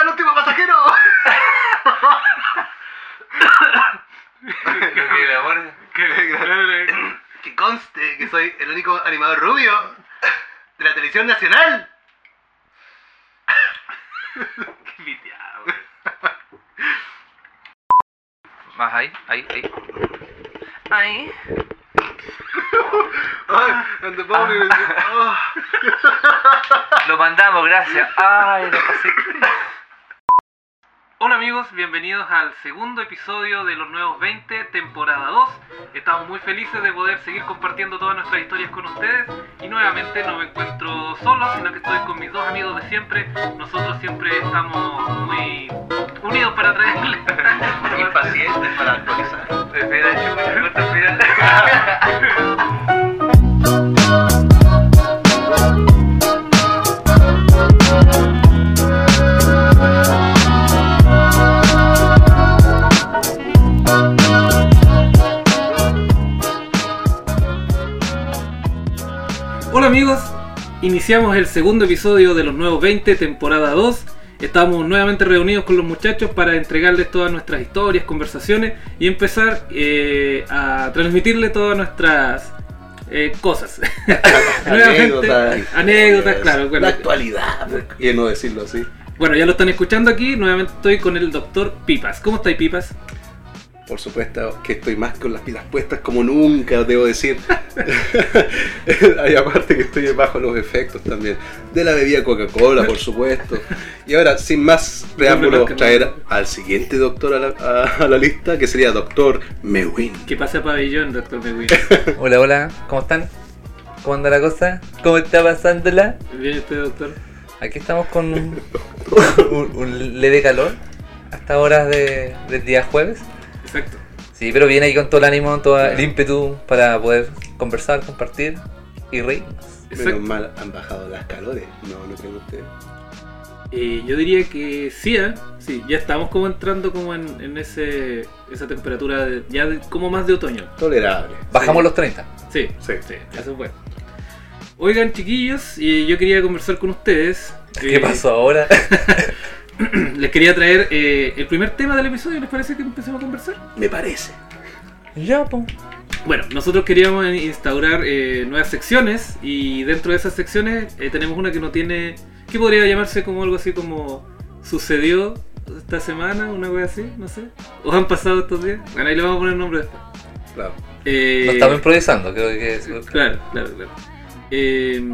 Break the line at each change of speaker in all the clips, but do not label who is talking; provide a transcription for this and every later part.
el último pasajero.
Que la muerte.
que, le- que conste que soy el único animador rubio de la televisión nacional.
Qué piteado, güey.
Más ahí, ahí, ahí. Ahí.
Ay, and the bone is- oh.
Lo mandamos, gracias. Ay, lo pasé.
Hola amigos, bienvenidos al segundo episodio de Los Nuevos 20, temporada 2. Estamos muy felices de poder seguir compartiendo todas nuestras historias con ustedes y nuevamente no me encuentro solo, sino que estoy con mis dos amigos de siempre. Nosotros siempre estamos muy unidos para traerles.
Impacientes para actualizar.
Espera, chupa, chupa, espera.
Hola amigos, iniciamos el segundo episodio de Los Nuevos 20, temporada 2. Estamos nuevamente reunidos con los muchachos para entregarles todas nuestras historias, conversaciones y empezar eh, a transmitirles todas nuestras eh, cosas. Nuevamente,
Anécdotas.
anécdotas, claro.
La
Bueno,
actualidad, por qué no decirlo así.
Bueno, ya lo están escuchando aquí, nuevamente estoy con el doctor Pipas. ¿Cómo estáis Pipas?
Por supuesto que estoy más con las pilas puestas como nunca, debo decir. y aparte que estoy bajo los efectos también. De la bebida Coca-Cola, por supuesto. Y ahora, sin más
No, no,
preámbulos,
no.
traer al siguiente doctor a la, a- a la lista, que sería doctor Mewin.
¿Qué pasa pabellón, doctor Mewin?
Hola, hola, ¿cómo están? ¿Cómo anda la cosa? ¿Cómo está pasándola?
Bien, usted este doctor.
Aquí estamos con un, un- un leve calor hasta horas de- del día jueves.
Exacto.
Sí, pero viene ahí con todo el ánimo, todo el ímpetu para poder conversar, compartir y reír.
Exacto.
Menos mal, han bajado las calores. No, no creen ustedes.
Eh, yo diría que sí, ¿eh? sí, ya estamos como entrando como en, en ese, esa temperatura de- ya de- como más de otoño.
Tolerable.
Bajamos
Sí.
los 30.
Sí,
Sí.
sí, eso es bueno. Oigan chiquillos, y yo quería conversar con ustedes.
¿Qué
Eh,
pasó ahora?
Les quería traer eh, el primer tema del episodio, ¿les parece que empecemos a conversar?
Me parece.
Ya, po.
Bueno, nosotros queríamos instaurar eh, nuevas secciones y dentro de esas secciones eh, tenemos una que no tiene, que podría llamarse como algo así como sucedió esta semana, una wea así, no sé. ¿Os han pasado estos días? Bueno, ahí le vamos a poner nombre después.
Claro.
Eh,
Nos estamos improvisando, creo que es.
Claro, claro, claro. Eh,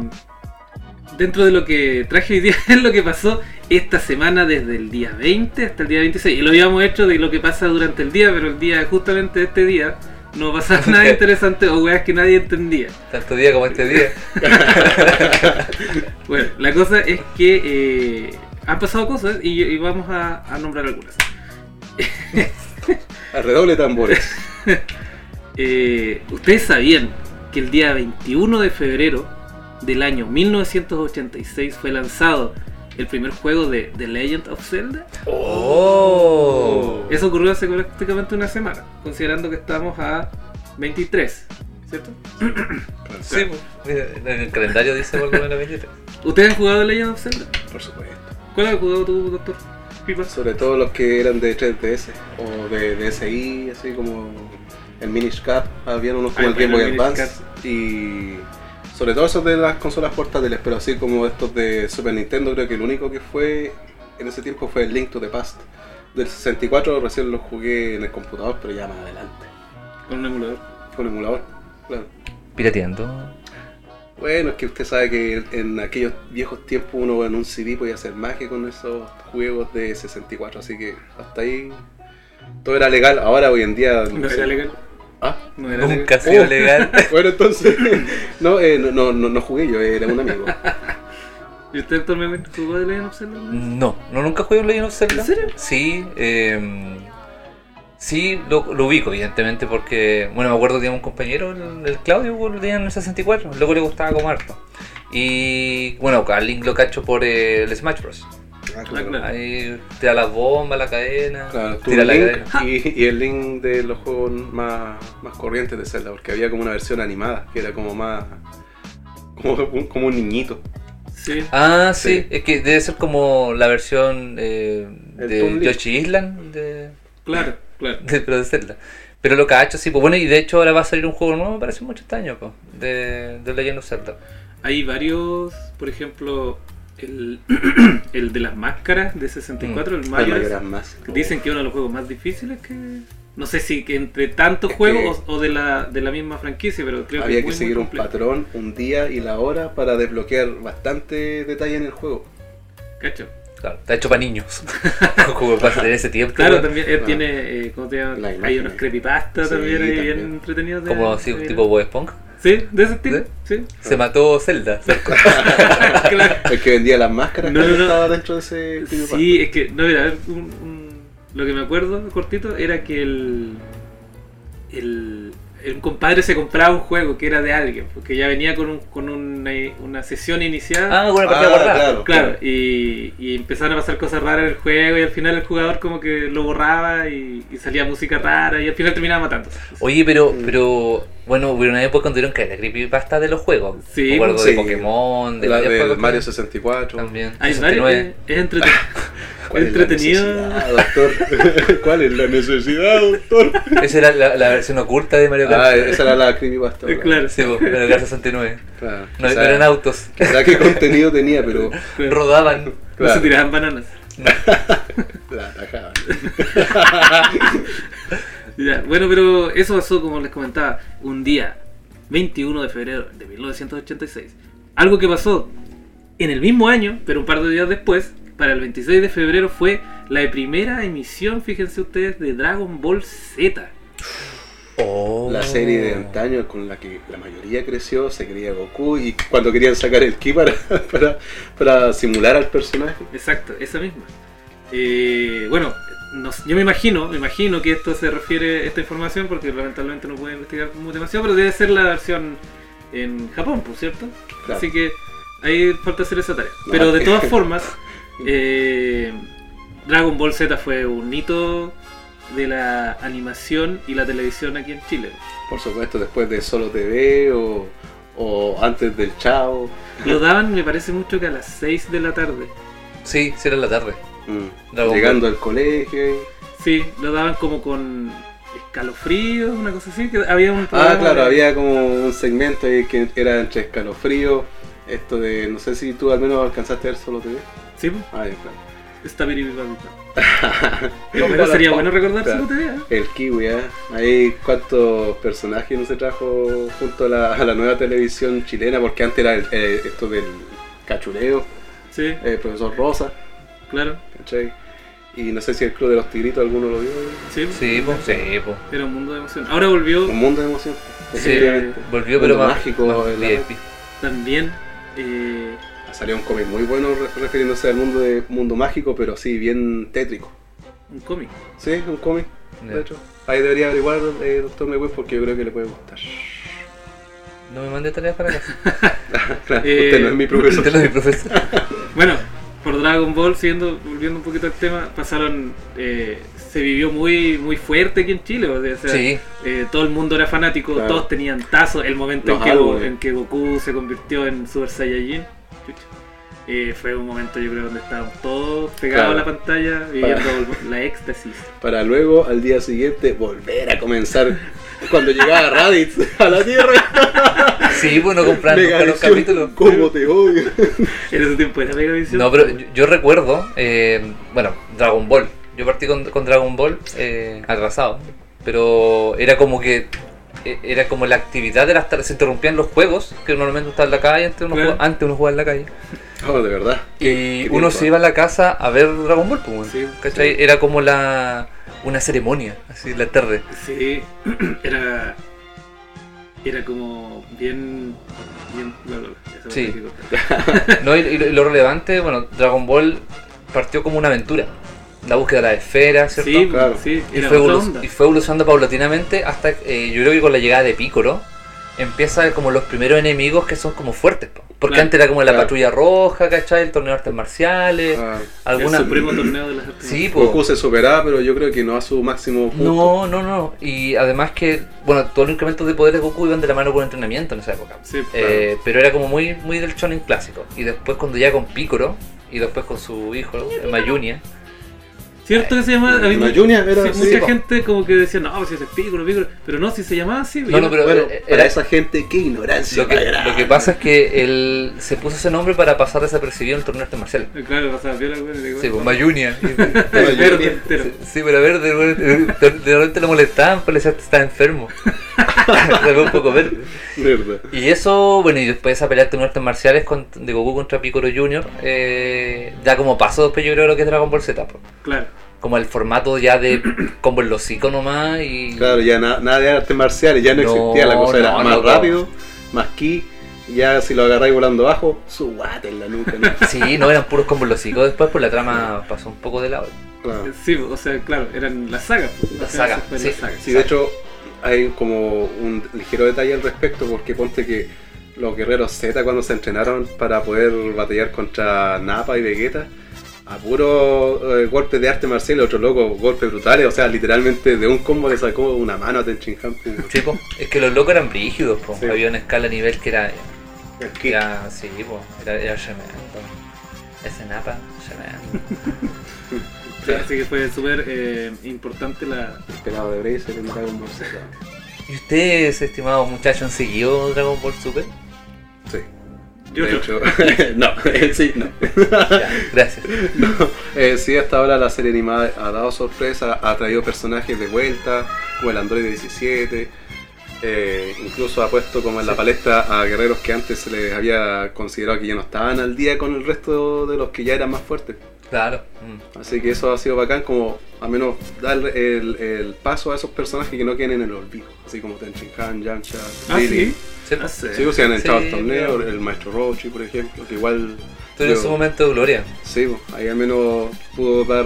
dentro de lo que traje hoy día es lo que pasó esta semana desde el día 20 hasta el día 26. Y lo habíamos hecho de lo que pasa durante el día, pero el día, justamente este día, no pasaba nada interesante o weas que nadie entendía.
Tanto día como este día.
Bueno, la cosa es que eh, han pasado cosas y, y vamos a, a nombrar algunas.
Arredoble tambores.
Eh, Ustedes sabían que el día 21 de febrero del año 1986 fue lanzado el primer juego de The Legend of Zelda.
¡Oh!
Eso ocurrió hace prácticamente una semana, considerando que estamos a 23, ¿cierto?
Sí, po. Mira, en el calendario dice por lo menos 23.
¿Ustedes han jugado The Legend of Zelda?
Por supuesto.
¿Cuál has jugado tú, doctor? Pipas?
Sobre todo los que eran de 3DS o de DSi, así como el Minish Cap, habían unos como
Ah,
el Game
bueno,
Boy
el Minish
Advance y sobre todo esos de las consolas portátiles, pero así como estos de Super Nintendo, creo que el único que fue en ese tiempo fue el Link to the Past. Del 64 recién lo jugué en el computador, pero ya más adelante.
Con un emulador.
Fue un emulador, claro.
Pirateando.
Bueno, es que usted sabe que en aquellos viejos tiempos uno en un CD podía hacer magia con esos juegos de 64, así que hasta ahí todo era legal. Ahora, hoy en día.
No
sé.
era legal.
Ah,
No era legal.
Nunca ha sido
Oh.
legal.
bueno, entonces. no, eh, no, no, no, no jugué yo, era un amigo.
Ah, ¿Y usted, doctor, me jugó The Legend of Zelda? alguna vez?
No, no nunca jugué un Legend of Zelda.
¿En serio?
Sí, eh, sí lo, lo ubico, evidentemente, porque, bueno, me acuerdo que tenía un compañero, el, el Claudio, que lo tenía en el 64, luego le gustaba como harto. Y bueno, a Link lo cacho por eh, el Smash Bros.
Ah,
claro.
Ahí tira las bombas, la cadena,
Claro, tuvo
tira la
Link
cadena.
y, y el link de los juegos más, más corrientes de Zelda, porque había como una versión animada que era como más. como un, como un niñito.
Sí.
Ah, sí.
Sí.
es que debe ser como la versión eh,
El
de
Toon Link.
Yoshi Island, de,
Claro, claro.
de- pero de Zelda. Pero lo cacho, sí, pues bueno, y de hecho ahora va a salir un juego nuevo, me parece mucho este año, pues, de, de Legend of Zelda.
Hay varios, por ejemplo, el, el de las máscaras de 64, el
Hay
Majora's,
mayoras más.
Dicen que uno de los juegos más difíciles que... No sé si que entre tantos
Es
juegos o, o de, la, de la misma franquicia, pero creo
Había
que,
que
es muy,
seguir
muy
un
complejo.
patrón, un día y la hora para desbloquear bastante detalle en el juego.
¿Cacho?
Claro, está hecho para niños. Un juego para tener ese tiempo.
Claro,
bueno.
también él
Ah.
tiene, eh, ¿cómo te llama?
La
Hay
imagen.
unos creepypasta
Sí,
también, ahí
también.
bien entretenidos. de-
Como así,
de
un
mirar.
tipo Bob Esponja.
Sí, de ese tipo, sí.
Se mató Zelda.
Claro.
El que vendía las máscaras
No,
que
no, no.
estaba dentro de ese creepypasta.
Sí, es que, no, mira, a ver, un, un- lo que me acuerdo cortito era que el, el, el compadre se compraba un juego que era de alguien, porque ya venía con, un, con una, una sesión iniciada.
Ah, bueno,
Ah,
partida guardada.
claro,
Claro, y, y empezaron a pasar cosas raras en el juego y al final el jugador como que lo borraba y, y salía música rara y al final terminaba matándose.
Oye, pero,
Mm.
pero bueno, hubo una época cuando tuvieron que la creepypasta de los juegos.
Sí,
Me acuerdo de
sí.
Pokémon, de
la
varios
del
juegos
Mario
también.
64.
también.
Hay
69.
varios- es entretenido.
¿Cuál es la
Entretenido.
necesidad, doctor? ¿Cuál es la necesidad, doctor?
Esa era la, la versión oculta de Mario Kart.
Ah, esa era la creepypasta. ¿verdad?
claro.
Sí, pues, po, Mario Kart 69.
Claro.
No,
O
no
sea,
eran autos,
quizá qué contenido tenía, pero
rodaban.
No se
Claro.
tiraban bananas.
la atajaban.
Ya, bueno, pero eso pasó, como les comentaba, un día, 21 de febrero de 1986. Algo que pasó en el mismo año, pero un par de días después, para el 26 de febrero, fue la primera emisión, fíjense ustedes, de Dragon Ball Z.
Oh.
La serie de antaño con la que la mayoría creció, se quería Goku y cuando querían sacar el ki para, para, para simular al personaje.
Exacto, esa misma. Eh, bueno, no sé, yo me imagino, me imagino que esto se refiere esta información, porque lamentablemente no puedo investigar mu- demasiado, pero debe ser la versión en Japón, por cierto.
Claro.
Así que ahí falta hacer esa tarea.
No,
Pero de
que-
todas formas, eh, Dragon Ball Z fue un hito de la animación y la televisión aquí en Chile.
Por supuesto, después de Solo TV o, o antes del Chao.
Lo daban, me parece mucho que a las 6 de la tarde.
Sí, sí, era la tarde.
Mm.
Dragon
Llegando al colegio.
Sí, lo daban como con escalofríos, una cosa así, que había un
Ah,
programa
claro,
de-
había como un segmento ahí que era entre escalofrío. Esto de, no sé si tú al menos alcanzaste a ver Solo TV.
Sí, po,
Ah, ya, claro.
está piripipapita. Pero bueno, sería bueno recordar
Claro.
Solo TV, ¿eh?
El kiwi, ¿eh? Ahí cuántos personajes no se trajo junto a la, a la nueva televisión chilena, porque antes era el- eh, esto del cachureo,
Sí,
eh, profesor Rosa,
claro.
¿cachai? Y no sé si el Club de los Tigritos alguno lo vio.
Sí, po.
Sí, pues, sí, pues.
Era un mundo de emoción. Ahora volvió
Un mundo de emoción.
Sí.
efectivamente.
pues. Volvió, pero
Mundo
más.
mágico,
más
el-
VIP.
también. eh,
Salió un cómic muy bueno re- refiriéndose al mundo de mundo mágico, pero sí, bien tétrico.
un cómic.
Sí, un cómic,
Ya.
de hecho. Ahí debería averiguar, eh, doctor Mewes, porque yo creo que le puede gustar.
No me mandé tareas para casa.
Claro,
Eh,
usted no es mi profesor.
Te lo di, profesor.
Bueno, por Dragon Ball, siguiendo, volviendo un poquito al tema, pasaron. eh, se vivió muy muy fuerte aquí en Chile. O sea,
Sí.
eh, todo el mundo era fanático,
Claro.
todos tenían tazos. El momento en
Los
que, Go-
álbumes.
en que Goku se convirtió en Super Saiyajin. chucha, eh, fue un momento, yo creo, donde estábamos todos pegados a la
Claro.
pantalla, viviendo la éxtasis.
Para luego, al día siguiente, volver a comenzar cuando llegaba Raditz a la Tierra.
Sí, bueno, comprar nunca los
Megavisión,
capítulos.
¿Cómo te odio?
En ese tiempo era Megavisión.
No, pero yo, yo recuerdo, eh, bueno, Dragon Ball. Yo partí con, con Dragon Ball eh, atrasado, pero era como que eh, era como la actividad de las tardes, se interrumpían los juegos, que normalmente estaba en la calle, antes uno,
Claro.
jugaba, antes uno jugaba en la calle,
Oh, de verdad.
y
qué
uno
tiempo,
se
¿eh?
iba a la casa a ver Dragon Ball, pues, bueno,
pues. Sí,
¿cachai? Era como la una ceremonia, así en la tarde.
Sí, era. Era como bien. bien bla, bla, bla. Eso
Sí.
me tengo que cortar.
No, y, y lo- y lo relevante, bueno, Dragon Ball partió como una aventura, la búsqueda de la esfera, ¿cierto?
Sí,
Claro.
sí,
Y
era
fue,
otra
evolu-
onda.
y fue evolucionando paulatinamente hasta, eh, yo creo que con la llegada de Piccolo, empieza como los primeros enemigos que son como fuertes. po. Porque
Claro.
antes era como la
Claro.
patrulla roja, ¿cachai? El torneo de artes marciales.
Ah,
alguna...
El supremo torneo de las artes.
Sí, po.
Goku se superaba, pero yo creo que no a su máximo punto.
No, no, no. Y además que, bueno, todos los incrementos de poder de Goku iban de la mano con entrenamiento en esa época.
Sí,
Eh, pero era como muy, muy del shonen clásico. Y después cuando ya con Piccolo, y después con su hijo, eh, Mayunia,
¿Cierto que se llamaba?
La
Había mu-
Junior era
sí,
así.
mucha
po.
gente como que decía, no, pues si ese es Piccolo, Piccolo. Pero no, si se llamaba así. pues,
No, no, pero-
Bueno,
eh,
para
era-
esa gente, qué ignorancia.
Lo que,
más grande.
lo que pasa es que él se puso ese nombre para pasar desapercibido en el torneo de artes marciales.
Eh, Claro, pasaba piola, güey. le digo,
Sí, pues
no,
Mayunia.
es verde
Mayunia.
entero.
Sí, pero a ver, de, de- de repente lo molestaban, pero le decían, está enfermo. Se ve un poco verde.
Mierda.
Y eso, bueno, y después esa pelea de artes marciales con- de Goku contra Piccolo Jr., eh, ya como paso después yo creo lo que es Dragon Ball Z, po.
Claro.
como el formato ya de como el hocico nomás y...
Claro, ya na- nada de artes marciales, ya no,
No,
existía. La cosa era
no,
más
no, no.
rápido, más ki. Ya si lo agarráis volando abajo, su guate en la nuca. ¿no?
Sí, no, eran puros combos hocico después, pues la trama pasó un poco de lado.
Claro.
Sí, pues, o sea, claro, eran las sagas. pues,
Las
al final
sagas,
se fue
sí.
las sagas.
Sí, de hecho, hay como un ligero detalle al respecto, porque ponte que los guerreros Z, cuando se entrenaron para poder batallar contra Napa y Vegeta, a puro eh, golpe de arte marcial y otro loco, golpes brutales, o sea, literalmente de un combo le sacó una mano a Tenchinhan.
Sí, po. es que los locos eran brígidos, po.
Sí.
había una escala a nivel que era...
El kick.
era sí, po. era, era tremendo. Ese napa, tremendo.
Sí, Así que fue súper eh, importante la.
El pelado de Bracer en Dragon Ball Z.
¿Y ustedes, estimados muchachos, han seguido Dragon Ball Super?
Sí.
Yo
de
no.
hecho, no, sí, no.
Ya, gracias.
No, eh, sí, hasta ahora la serie animada ha dado sorpresa, ha traído personajes de vuelta, como el Android 17, eh, incluso ha puesto como en la palestra a guerreros que antes se les había considerado que ya no estaban al día con el resto de los que ya eran más fuertes.
Claro. mm.
Así que eso ha sido bacán, como al menos dar el, el paso a esos personajes que no queden en el olvido, así como Tenchinhan, Yamcha,
Ah,
Lily.
sí.
Sí,
Ah,
po.
sí.
Sí, o sea, han entrado
Sí,
al torneo,
pero-
el maestro Rochi, por ejemplo, que igual...
Tuvieron
yo-
su momento de gloria.
Sí, po, ahí al menos pudo dar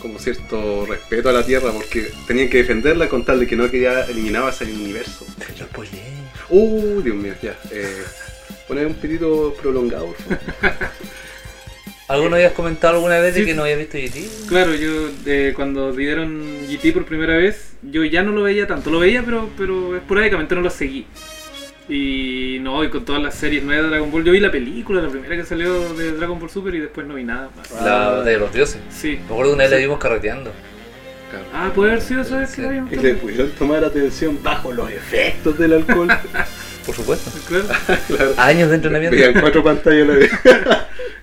como cierto respeto a la Tierra porque tenían que defenderla con tal de que no quería eliminaba ese universo.
Lo spoileé.
Uh, Dios mío, ya. Eh, poner un pitito prolongado, por favor.
¿Alguno habías comentado alguna vez de
Sí.
que no había visto GT?
Claro, yo eh, cuando dieron GT por primera vez, yo ya no lo veía tanto. Lo veía, pero, pero esporádicamente no lo seguí. Y no, y con todas las series nuevas de Dragon Ball, yo vi la película, la primera que salió de Dragon Ball Super y después no vi nada más.
La batalla de los dioses.
Sí.
Me acuerdo que una vez la vimos carreteando.
Ah, puede haber sido esa vez que la vimos.
Y le pudieron tomar atención bajo los efectos del alcohol.
Por supuesto.
Claro.
claro.
Años de entrenamiento.
Veían cuatro pantallas a la vez.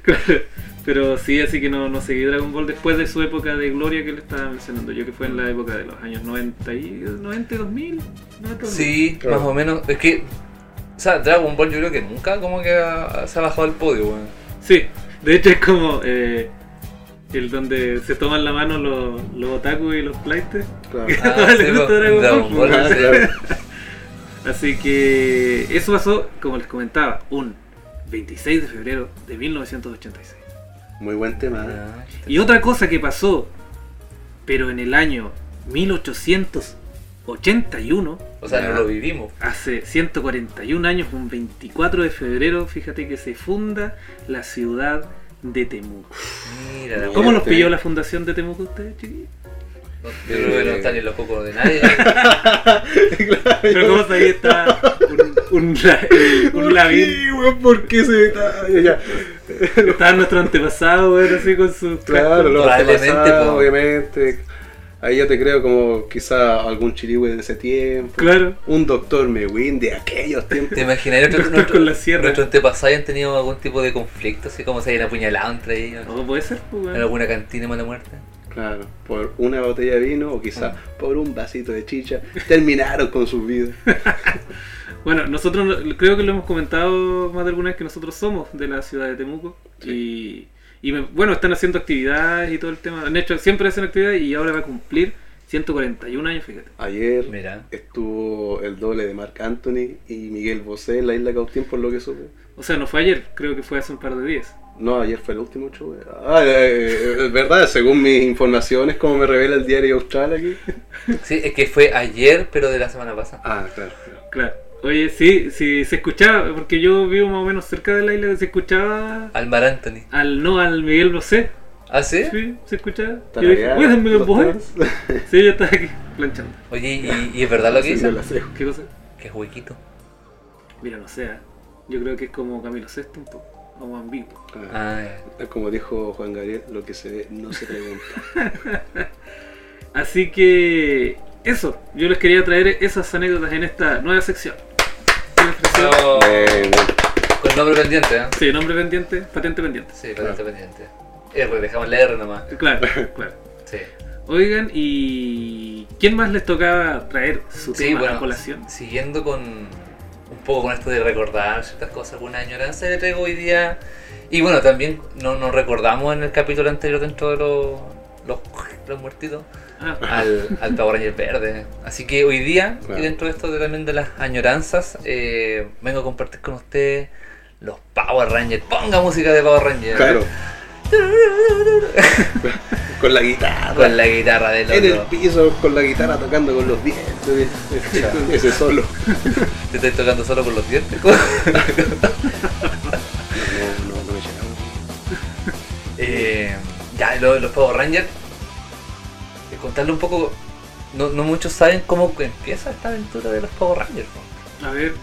Claro. Pero sí, así que no, no seguí Dragon Ball después de su época de gloria que le estaba mencionando yo, que fue en la época de los años 90 y 90, 2000. 90,
Sí,
Claro.
más o menos. Es que. O sea, Dragon Ball yo creo que nunca como que ha- se ha bajado al podio, weón.
Sí, de hecho es como eh, el donde se toman la mano los, los otaku y los plaites.
Claro.
Ah,
Vale,
sí,
gusta
po.
Dragon
Dragon
Ball,
Ball,
Ah,
sí.
claro.
Así que eso pasó, como les comentaba, un 26 de febrero de 1986.
Muy buen tema.
Ah,
Y otra cosa que pasó, pero en el año 1881,
O sea, no lo vivimos.
hace 141 años, un 24 de febrero, fíjate que se funda la ciudad de Temuco.
Mira, la
¿Cómo
weá.
los
Fíjate.
pilló la fundación de Temuco ustedes, chiquillos?
No- Yo creo que no están en los cocos de nadie.
Pero como sabía está un, un, la- eh, un lavín.
Sí, weón, ¿por qué se está? Ya, ya.
Estaba nuestro antepasado, weón, así con sus
Claro,
cascos.
los
Probablemente,
antepasados,
po.
obviamente. Ahí yo te creo como quizá algún chirigüe de ese tiempo.
Claro.
Un doctor Mewin de aquellos tiempos.
¿Te imaginas? Nuestros
Doctor con la sierra.
nuestros antepasados hayan tenido algún tipo de conflicto, así como se hayan apuñalado entre ellos.
O puede ser, pues,
En
weón.
alguna cantina mala muerte.
Claro, por una botella de vino o quizá
Ah.
por un vasito de chicha. Terminaron con sus vidas.
Bueno, nosotros no- creo que lo hemos comentado más de alguna vez que nosotros somos de la ciudad de Temuco. Y, y me- bueno, están haciendo actividades y todo el tema. Han hecho, siempre hacen actividades y ahora va a cumplir 141 años, fíjate.
Ayer
Mira.
estuvo el doble de Marc Anthony y Miguel Bosé en la isla Cautín, por lo que supe.
O sea, no fue ayer, creo que fue hace un par de días.
No, ayer fue el último show. Ah, eh, eh, verdad, según mis informaciones, como me revela el diario Austral aquí.
Sí, es que fue ayer, pero de la semana pasada.
Ah, claro. claro.
Claro. Oye, sí, sí, se escuchaba, porque yo vivo más o menos cerca de la isla, se escuchaba
Almar Anthony.
al no, al Miguel Bosé.
¿Ah, sí?
Sí, se escuchaba. Yo dije, uy, es el Miguel Bosé. Sí, yo estaba aquí planchando.
Oye, ¿y, y es verdad lo que
Sí, yo
dicen?
la sé.
¿Qué cosa?
Que es huequito.
Mira, no sé. ¿eh? Yo creo que es como Camilo Sesto un poco. O ambiguo.
Ah, ya.
Es Como dijo Juan Gabriel, lo que se ve no se pregunta.
Así que eso, yo les quería traer esas anécdotas en esta nueva sección. ¿Quién ofreció?
Bravo.
Bien, bien.
Con nombre pendiente, ¿eh?
Sí, nombre pendiente, patente pendiente.
Sí, patente pendiente. R, dejamos la R nomás.
Claro, claro.
Sí.
Oigan, ¿y quién más les tocaba traer su
Sí,
tema
bueno,
a colación?
siguiendo con un poco con esto de recordar ciertas cosas, alguna añoranza que traigo hoy día. Y bueno, también no- nos recordamos en el capítulo anterior dentro de los, los, los muertitos
Ah,
al, al Power Ranger verde. Así que hoy día,
Claro.
y dentro de esto de- también de las añoranzas, eh, vengo a compartir con ustedes los Power Rangers. Ponga música de Power Rangers.
Claro. con la guitarra.
Con la guitarra del
en el
otro.
piso con la guitarra tocando con los dientes. Ese solo.
Te estoy tocando solo con los dientes.
No, no, no me llegaba.
Eh, ya, lo de los Power Rangers. eh, Contarle un poco. No, no muchos saben cómo empieza esta aventura de los Power Rangers. ¿no?
a ver,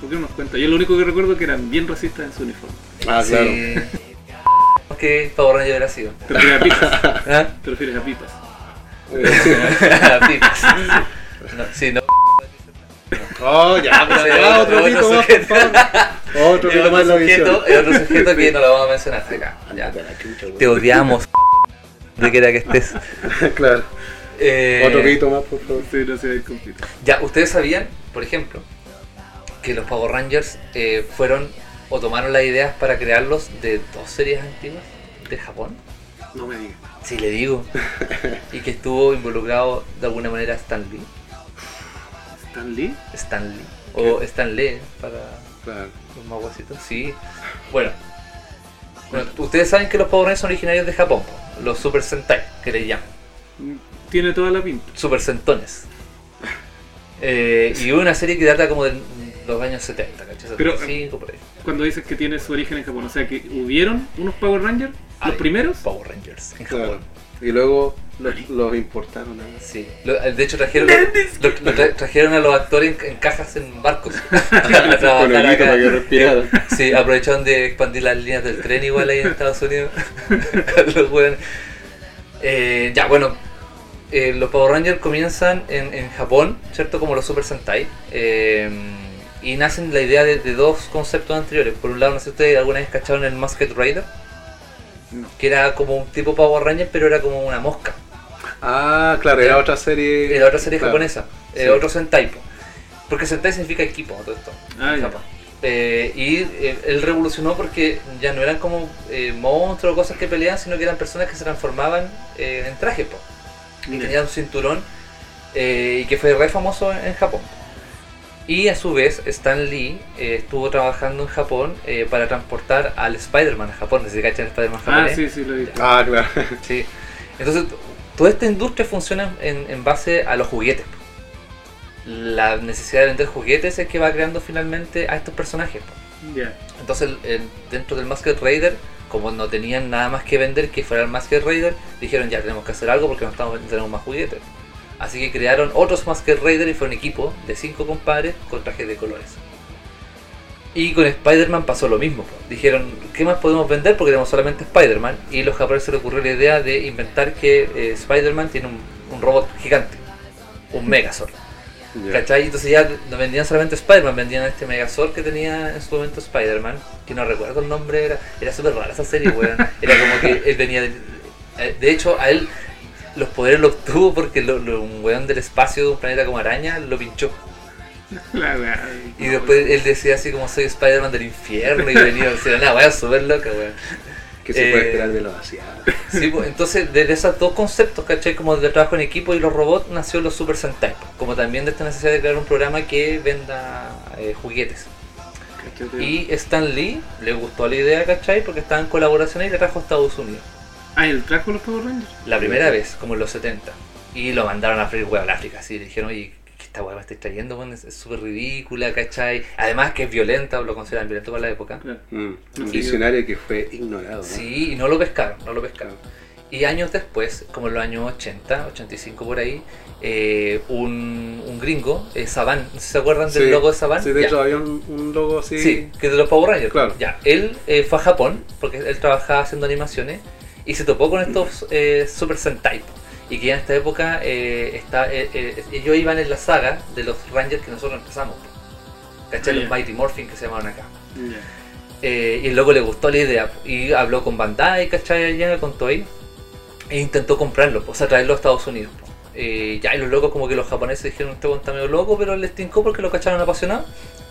¿por qué no nos cuenta? Yo lo único que recuerdo es que eran bien racistas en su uniforme.
Ah, claro.
Sí. ¿Qué Power Ranger hubiera sido?
Te refieres a pipas.
¿Ah?
Te refieres a pipas.
Pipas. No, sí, no.
Oh, ya, pues
Sí,
ya, otro
otro
pito más, por
sujeto.
favor. Otro
Es
pito
otro
más en la visión.
sujeto, es otro sujeto que no lo vamos a mencionar hasta acá. ya.
Ándate a la chucha, güey.
Te odiamos. Donde quiera que estés.
Claro.
Eh,
Otro pito más, por favor.
Sí, no se ve con pipas.
Ya, ¿ustedes sabían, por ejemplo, que los Power Rangers eh, fueron o tomaron las ideas para crearlos de dos series antiguas de Japón?
No me digas.
Sí, le digo. y que estuvo involucrado de alguna manera Stan Lee.
¿Stan Lee?
Stan Lee. O Stan Lee para
Claro.
los más guasitos. Sí. Bueno. Bueno, ustedes saben que los Power Rangers son originarios de Japón, po? los Super Sentai, que le llaman.
Mm, Tiene toda la pinta.
Super Sentones. Eh, y una serie que data como de los años 70, ¿cachai?
Pero-
75, por ahí.
Cuando dices que tiene su origen en Japón, o sea que hubieron unos Power Rangers, los
Hay
primeros.
Power Rangers en
Claro.
Japón.
Y luego los, los importaron. ¿no?
Sí. Lo- de hecho, trajeron, lo- lo tra- trajeron a los actores en, en cajas en barcos. a
Con el
trabajar
grito para que
acá.
respiraran.
Sí, aprovecharon de expandir las líneas del tren igual ahí en Estados Unidos. Los weones. Eh, ya, bueno. eh, los Power Rangers comienzan en, en Japón, ¿cierto? Como los Super Sentai. eh, y nacen la idea de, de dos conceptos anteriores. Por un lado, no sé si ustedes alguna vez cacharon el Masked Rider.
No.
Que era como un tipo Power Ranger, pero era como una mosca.
Ah, claro, era otra serie.
Era otra serie
claro.
japonesa, eh,
Sí.
otro Sentai. po. Porque Sentai significa equipo, todo esto.
Ah,
en
ya.
Japón. Eh, y eh, él revolucionó porque ya no eran como eh, monstruos o cosas que peleaban, sino que eran personas que se transformaban eh, en traje. po. Y
Mira.
tenían un cinturón eh, y que fue re famoso en, en Japón. Y a su vez, Stan Lee eh, estuvo trabajando en Japón eh, para transportar al Spider-Man a Japón. Desde que cachan Spider-Man
Ah,
japonés.
sí, sí, lo vi.
Ah, claro.
Sí. Entonces, t- toda esta industria funciona en, en base a los juguetes. po. La necesidad de vender juguetes es que va creando finalmente a estos personajes. po.
Ya.
Entonces, el- el- dentro del Masked Raider, como no tenían nada más que vender que fuera el Masked Raider, dijeron ya tenemos que hacer algo porque no estamos tenemos más juguetes. Así que crearon otros Masked Raider y fue un equipo de cinco compadres con trajes de colores. Y con Spider-Man pasó lo mismo. po. Dijeron, ¿qué más podemos vender? Porque tenemos solamente Spider-Man. Y a los japoneses se les ocurrió la idea de inventar que eh, Spider-Man tiene un, un robot gigante. Un Megazord.
Ya.
¿Cachai? Entonces ya no vendían solamente Spider-Man, vendían este Megazord que tenía en su momento Spider-Man. Que no recuerdo el nombre, era, era súper rara esa serie, weón. Era como que él venía de... eh, De hecho, a él los poderes los obtuvo porque lo- lo- un weón del espacio de un planeta como araña lo pinchó.
La wea.
Y después él decía así como soy Spider-Man del infierno y venía a decir, nada, voy a súper loca, weón.
¿Qué se puede
Eh,
esperar de los asiados?
Sí, pues, entonces desde esos dos conceptos, ¿cachai? Como del trabajo en equipo y los robots, nació los Super Sentai. pues, Como también de esta necesidad de crear un programa que venda eh, juguetes.
Cachoteo.
Y Stan Lee le gustó la idea, ¿cachai? Porque estaba en colaboración y le trajo a Estados Unidos.
Ah, ¿el trajo los Power Rangers?
La primera vez, como en los 70. Y lo mandaron a freír hueá a África, así. Le dijeron, oye, ¿qué esta weá me estoy trayendo, weón, es es súper ridícula, ¿cachai? Además que es violenta, o lo consideran violento para la época.
Claro.
Mm, un
Sí.
diccionario que fue ignorado. ¿no?
Sí, y no lo pescaron, no lo pescaron. Y años después, como en los años 80, 85 por ahí, eh, un, un gringo, eh, Saban, ¿no se acuerdan del
Sí,
logo de Saban?
Sí, de
Ya.
hecho había un, un logo así.
Sí, que de los Power Rangers.
Claro.
Ya, él eh, fue a Japón, porque él trabajaba haciendo animaciones, y se topó con estos eh, Super Sentai. po. Y que ya en esta época eh, está, eh, eh, ellos iban en la saga de los Rangers que nosotros empezamos. po. ¿Cachai?
Ah,
Los
ya.
Mighty Morphin que se llamaban acá.
Ya.
Eh, y el loco le gustó la idea po, y habló con Bandai, ¿cachai? Allá con Toei e intentó comprarlo, po, o sea, traerlo a Estados Unidos. po. Eh, ya, y los locos, como que los japoneses dijeron, este weón está medio loco, pero les tincó porque lo cacharon apasionado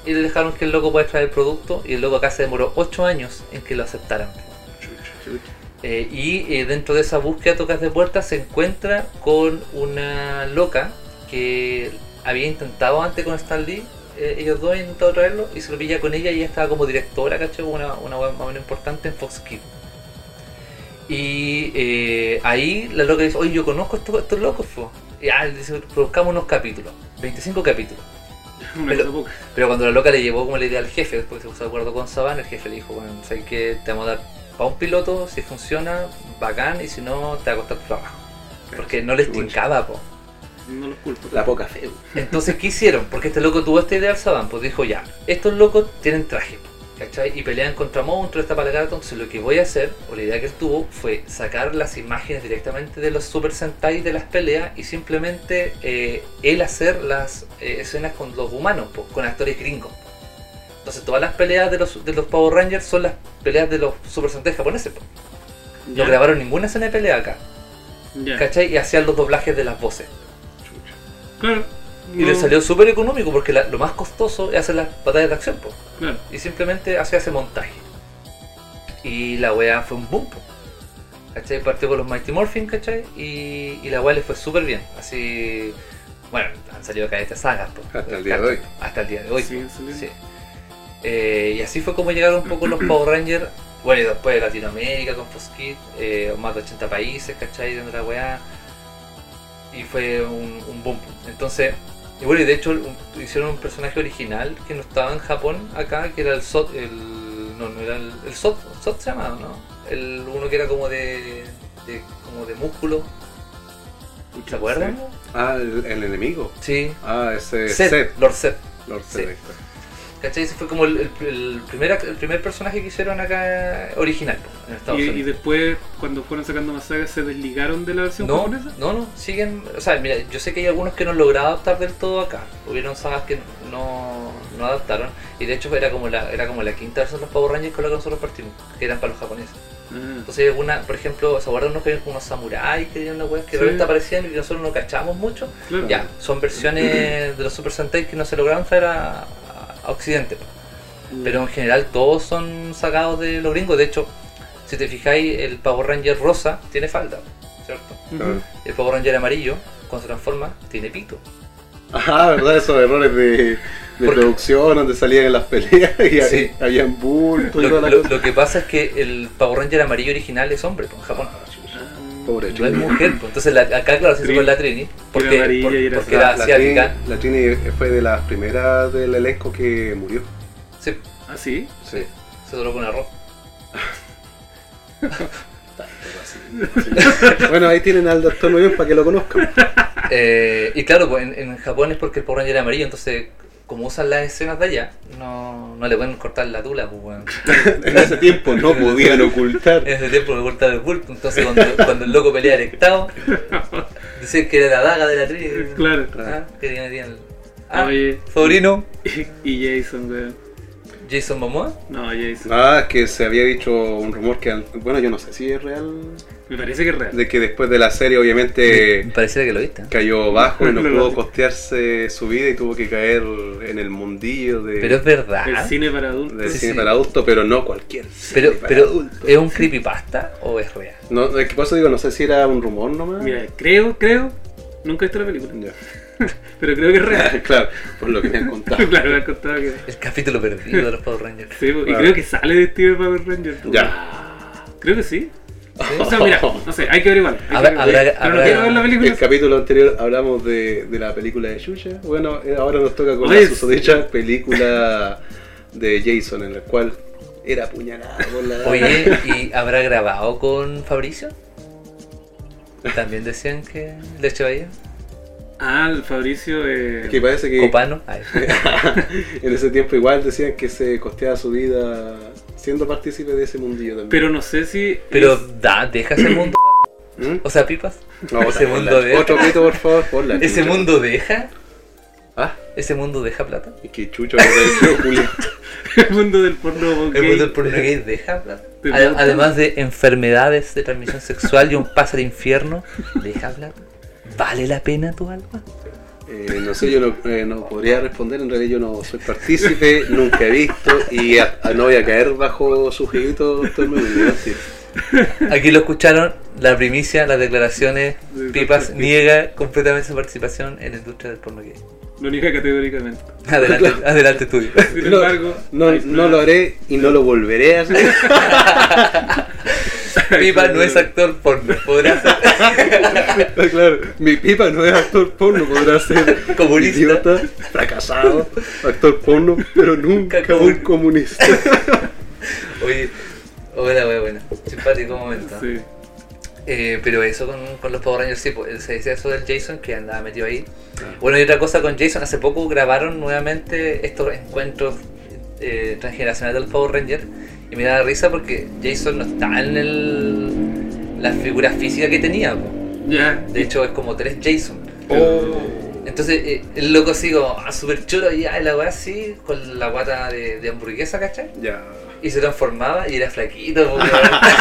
y le dejaron que el loco pueda traer el producto. Y el loco acá se demoró 8 años en que lo aceptaran. Eh, y eh, dentro de esa búsqueda tocas de puertas se encuentra con una loca que había intentado antes con Stan Lee, eh, ellos dos habían intentado traerlo y se lo pilla con ella y ella estaba como directora, ¿cachai? Una, una wea más o menos importante en Fox Kids. Y eh, ahí la loca dice, oye, yo conozco a estos, estos locos, po". Y ah, dice, produzcamos unos capítulos, 25 capítulos.
Una
Pero-
cosa poca.
Pero cuando la loca le llevó como la idea al jefe, después se puso de acuerdo con Saban, el jefe le dijo, bueno, sabes que te vamos a dar para un piloto, si funciona, bacán, y si no, te va a costar trabajo. Porque no les tincaba, po.
No los culpo.
La poca fe.
Entonces, ¿qué hicieron? Porque este loco tuvo esta idea al Saban, pues dijo, ya, estos locos tienen traje, ¿cachai? Y pelean contra monstruos, esta palabra, entonces lo que voy a hacer, o la idea que él tuvo, fue sacar las imágenes directamente de los Super Sentai de las peleas y simplemente eh, él hacer las eh, escenas con los humanos, po, con actores gringos. pues. Entonces, todas las peleas de los, de los Power Rangers son las peleas de los Super Sentai japoneses, po. No
Ya.
grabaron ninguna escena de pelea acá,
Ya.
¿cachai? Y hacían los doblajes de las voces.
Claro.
Y le
Mm.
No,
salió súper económico porque la- lo más costoso es hacer las batallas de acción, po.
Claro.
Y simplemente hacía ese montaje. Y la wea fue un boom, po. ¿Cachai? Partió con los Mighty Morphin, ¿cachai? Y, y la wea le fue súper bien. Así. Bueno, han salido acá estas sagas, po.
Hasta el día de hoy.
Hasta el día de hoy.
Siguen
po.
saliendo.
Sí. Eh, y así fue como llegaron un poco los Power Rangers. Bueno, y después de Latinoamérica con Fox Kids, eh, más de 80 países, ¿cachai? Dentro de la weá. Y fue un, un boom. Entonces, y bueno, y de hecho un- hicieron un personaje original que no estaba en Japón acá, que era el Sot. El, no, no era el, el Sot. Sot se llamaba, ¿no? El uno que era como de, de- como de músculo. ¿Se acuerdan?
Ah, el, el enemigo.
Sí. Eh,
Ah, ese
Zed,
Zed.
Lord Zed.
Lord
Sí.
Zed, ahí está.
¿Cachai? Ese fue como el, el- el primer, act- el primer personaje que hicieron acá eh, original en Estados
Y, y
Unidos.
después, cuando fueron sacando más sagas, se desligaron de la versión
No,
japonesa.
no, no, siguen. O sea, mira, yo sé que hay algunos que no han logrado adaptar del todo acá. Hubieron sagas que no, no adaptaron. Y de hecho, era como la, era como la quinta versión de los Power Rangers con la que nosotros partimos, que eran para los japoneses.
Ah,
Entonces, hay alguna, por ejemplo, ¿se acuerdan unos que eran como unos samuráis que tenían una web que
Sí.
de repente aparecían y que nosotros no cachábamos mucho?
claro.
Ya, son versiones de los Super Sentai que no se lograron traer a, a Occidente. pues. Pero en general todos son sacados de los gringos. De hecho, si te fijáis, el Power Ranger rosa tiene falda, ¿cierto?
Ujú.
El Power Ranger amarillo, cuando se transforma, tiene pito.
Ah, ¿verdad? Esos errores de, de
Porque-
producción donde salían en las peleas y
Sí.
había habían bultos y
Lo,
toda la
lo-
cosa.
lo que pasa es que el Power Ranger amarillo original es hombre, pues, en Japón.
Ah,
Pobre
No es
Trini.
mujer, pues. entonces la- acá claro se hizo
Trini.
con la Trini, porque,
Era amarilla y era
porque era
la, Trini,
asiática.
la Trini fue de las primeras del elenco que murió.
Sí,
¿Ah, sí?
sí, se duró con arroz.
bueno, ahí tienen al doctor Muñoz para que lo conozcan.
Eh, y claro, pues, en, en Japón es porque el Power Ranger era amarillo, entonces como usan las escenas de allá, no, no le pueden cortar la tula, pues weón.
En ese tiempo no podían ocultar.
En ese tiempo me cortaba el bulto, entonces cuando, cuando el loco pelea erectado, decían que era la daga de la tribu.
Claro.
Ah, que tenía el... Ah,
Oye.
sobrino,
y Jason, weón.
Jason Momoa.
No, Jason.
Ah, es que se había dicho un rumor que, al- bueno, yo no sé si es real,
Me parece que es real.
de que después de la serie
Me
obviamente
pareciera que lo viste. ¿eh?
cayó bajo y no
Lo
pudo
vi.
costearse su vida y tuvo que caer en el mundillo de,
Pero es verdad.
El cine para adultos.
del
sí,
cine
sí.
para adultos, pero no cualquier cine
Pero,
para
pero
adultos.
¿es un creepypasta o es real?
No, es que por eso digo, no sé si era un rumor nomás.
Mira, creo, creo. Nunca he visto la película.
Ya.
Pero creo que es real.
claro, por lo que me han contado.
claro, me han contado que.
El capítulo perdido de los Power Rangers.
Sí, po, y
Claro.
creo que sale de Steve Power Ranger. po.
ya.
Creo que sí. O sea, mira, no sé, hay que averiguar. hay que
Habrá-
averiguar.
habrá-
Pero no
habrá-
quiero ver la película.
El capítulo anterior hablamos de, de la película de Yuya. Bueno, eh, ahora nos toca con
Oye,
la susodicha película de Jason, en la cual era apuñalado por la.
Oye, ¿y habrá grabado con Fabricio? También decían que de Echevalía,
Ah, el Fabricio. eh,
Es que parece que
Copano. Ay.
en ese tiempo igual decían que se costeaba su vida siendo partícipe de ese mundillo también.
Pero no sé si.
Pero
es-
da, deja ese mundo.
¿Mm?
O sea, pipas.
No,
ese
por la-
mundo de-
Otro pito, por favor, por la
¿Ese
chucha.
mundo deja?
Ah,
¿Ese mundo deja plata?
es que chucho, ¿verdad? Julio.
el mundo del porno
¿El
gay.
mundo del porno gay deja plata?
¿Te
Ade-
mata?
Además de enfermedades de transmisión sexual y un pase al infierno, ¿deja plata? ¿Vale la pena tu alma?
Eh, no sé, yo no, eh, no podría responder, en realidad yo no soy partícipe, nunca he visto y a- a- no voy a caer bajo su jueguito, todo el mundo, yo sí.
Aquí lo escucharon, la primicia, las declaraciones.
Sí,
Pipas
sí.
niega completamente su participación en la industria del porno gay.
Lo niega categóricamente.
Adelante, adelante tú.
Sin
No,
embargo.
no,
hay
no lo haré y no lo volveré a hacer.
pruebas.
Pipa no es actor porno, podrá ser
Ah, claro, mi pipa no es actor porno, podrá ser
Comunista.
idiota, fracasado, actor porno, pero nunca
Comun-
un comunista.
Oye, hola, wea, buena. Simpático momento.
Sí.
Eh, pero eso con, con los Power Rangers, sí, pues, se decía eso del Jason que andaba metido ahí. Bueno, y otra cosa con Jason, hace poco grabaron nuevamente estos encuentros eh, transgeneracionales del Power Ranger y me da risa porque Jason no está en el, la figura física que tenía. po.
Ya.
De hecho, es como tres Jason.
Oh.
Entonces, eh, el loco así como ah, súper chulo y ah, la weá así, con la guata de, de hamburguesa, ¿cachai?
Ya.
Y se transformaba y era flaquito. po, weón.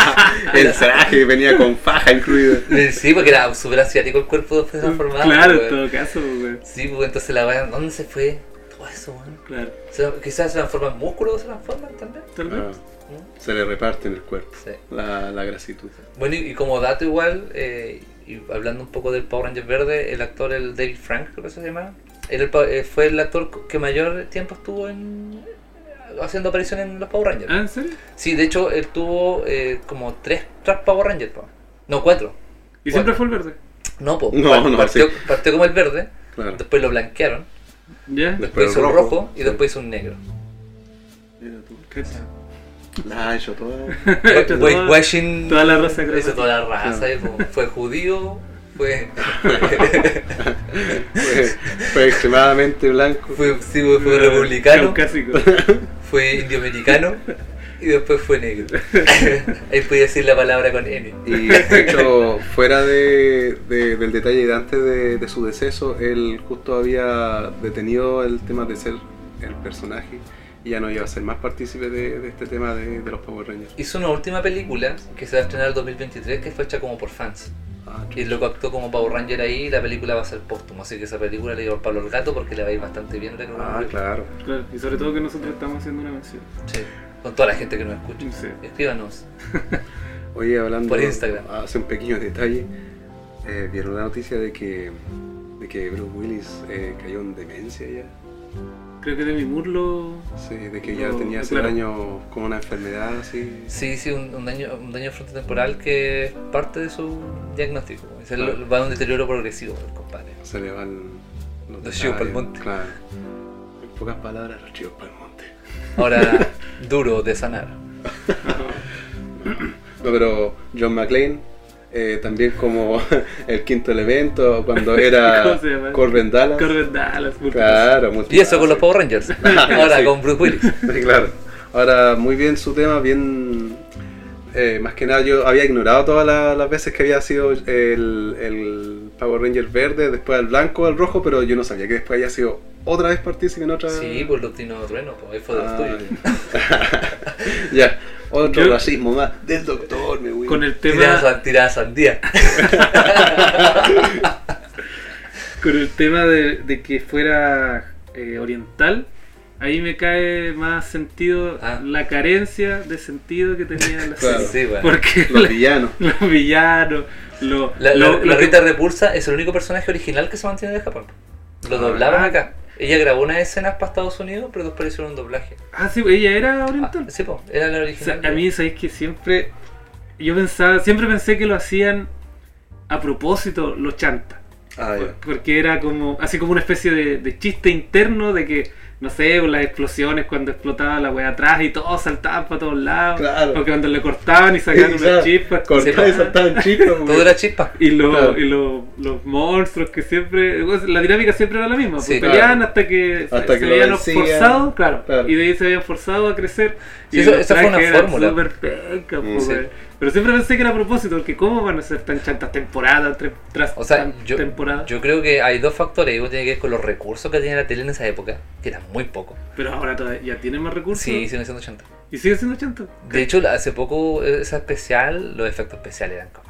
El traje venía con faja incluida.
sí, porque era súper asiático el cuerpo después se transformaba.
Claro,
po,
en
weón.
todo caso, güey.
Sí, pues entonces la weá, ¿dónde se fue? Todo eso, weón.
Claro.
Se- Quizás se transforma en músculo, se transforma también.
Tal vez.
Ah, se le reparte en el cuerpo
Sí.
la, la grasitud.
Bueno, y, y como dato igual, eh, y hablando un poco del Power Ranger verde, el actor, el David Frank, creo que se llama, él el pa- eh, fue el actor que mayor tiempo estuvo en haciendo aparición en los Power Rangers.
Ah, ¿en serio?
Sí, de hecho, él tuvo eh, como tres, tres Power Rangers, po. no cuatro.
Y siempre
Bueno.
fue el verde.
No, po.
No, no,
partió,
sí.
partió como el verde,
Claro.
después lo blanquearon,
Ya.
Después
después,
el
hizo un
rojo.
rojo y
Sí.
después hizo un negro.
Cacha.
La ha hecho toda.
Cacha,
White
toda-
washing.
Toda la raza creo.
Hizo toda la raza, eh, po. fue judío, fue.
Fue, fue extremadamente blanco.
fue, sí, fue- fue republicano,
Caucásico.
fue indioamericano y después fue negro. Ahí podía decir la palabra con N.
Y de hecho, fuera de, de- del detalle de antes de, de su deceso, él justo había detenido el tema de ser el personaje y ya no iba a ser más partícipe de, de este tema de, de los Power Rangers.
Hizo una última película que se va a estrenar el 2023 que fue hecha como por fans.
Ah,
Y el loco actuó como Power Ranger ahí y la película va a ser póstumo, así que esa película le dio a Pablo el Gato porque le va a ir bastante bien. creo, con
ah,
el-
claro.
Claro. Y sobre todo que nosotros estamos haciendo una mención.
Sí, Con toda la gente que nos escucha.
Sí.
Escríbanos.
Oye, hablando.
Por Instagram.
Hace un pequeño detalle. eh, Vieron la noticia de que, de que Bruce Willis eh, cayó en demencia ya.
Creo que de mi murlo.
Sí, de que ya
No,
tenía hace
claro.
años como una enfermedad así.
Sí, sí, un, un daño, un daño frontotemporal que es parte de su diagnóstico. Es el-
Ah.
va a un deterioro progresivo, el compadre.
Se le van los,
Los chivos
detalles,
pa'l monte.
Claro. En pocas palabras, los chivos pa'l monte.
Ahora, duro de sanar.
No, pero John McClane, eh, también como el quinto elemento, cuando era
¿Cómo se llama?
Corbin Dallas.
Corbett Dallas. multitud.
Claro,
Y
ah,
eso con los
multiplayer.
Power Rangers. Ahora
Sí.
con Bruce Willis.
Sí, claro. Ahora, muy bien su tema, bien... eh, más que nada, yo había ignorado todas la- las veces que había sido el, el Power Ranger verde, después al blanco, al rojo, pero yo no sabía que después había sido otra vez partícipe en
Ah.
otra...
Sí, por los Dino Trueno, pues ahí fue de los
Ah,
tuyos.
ya. Ya, otro
Yo-
racismo más del doctor, me voy.
Con el
Tirada,
tema.
san- tirada sandía.
Con el tema de, de que fuera eh, oriental. Ahí me cae más sentido
Ah.
la carencia de sentido que tenía la
Claro.
serie.
Sí, bueno.
Porque
Los
la-
villanos.
los villanos, lo,
La,
lo-
la-
lo
la
que-
Rita Repulsa es el único personaje original que se mantiene de Japón. Lo
Ah.
doblaban acá. Ella grabó unas escenas para Estados Unidos, pero después hicieron un doblaje.
Ah, sí, ella era
Ah,
oriental.
sí, po, era la
O sea,
original.
a mí, sabéis que siempre yo pensaba, siempre pensé que lo hacían a propósito los chantas.
Ah,
Por-
ya.
Porque era como así como una especie de, de chiste interno de que, no sé, por las explosiones cuando explotaba la wea atrás y todos saltaban para todos lados.
Claro.
O que cuando le cortaban y sacaban unas chispas.
Cortá y
Sí,
saltaban chispas, güey.
Todo era chispa.
Y, lo-
Claro.
y lo- los monstruos que siempre. pues, la dinámica siempre era la misma. pues,
Sí,
peleaban
claro.
hasta que se-
Hasta
se
que lo
habían
vencían.
forzado, claro,
Claro.
Y de ahí se habían forzado a crecer.
Sí,
y
eso-
los
esa fue una
trajes eran
fórmula.
súper pencas,
Mm,
pues,
sí.
güey. Pero siempre pensé que era a propósito, porque ¿cómo van a ser tan chantas temporadas tras tras
O sea,
tan-
yo,
temporada?
yo creo que hay dos factores. Uno tiene que ver con los recursos que tenía la tele en esa época, que eran muy pocos.
Pero ahora todavía ya tienen más recursos
Sí, siguen siendo 80.
y sigue siendo chanta.
De hecho, la- hace poco eh, esa especial, los efectos especiales eran como.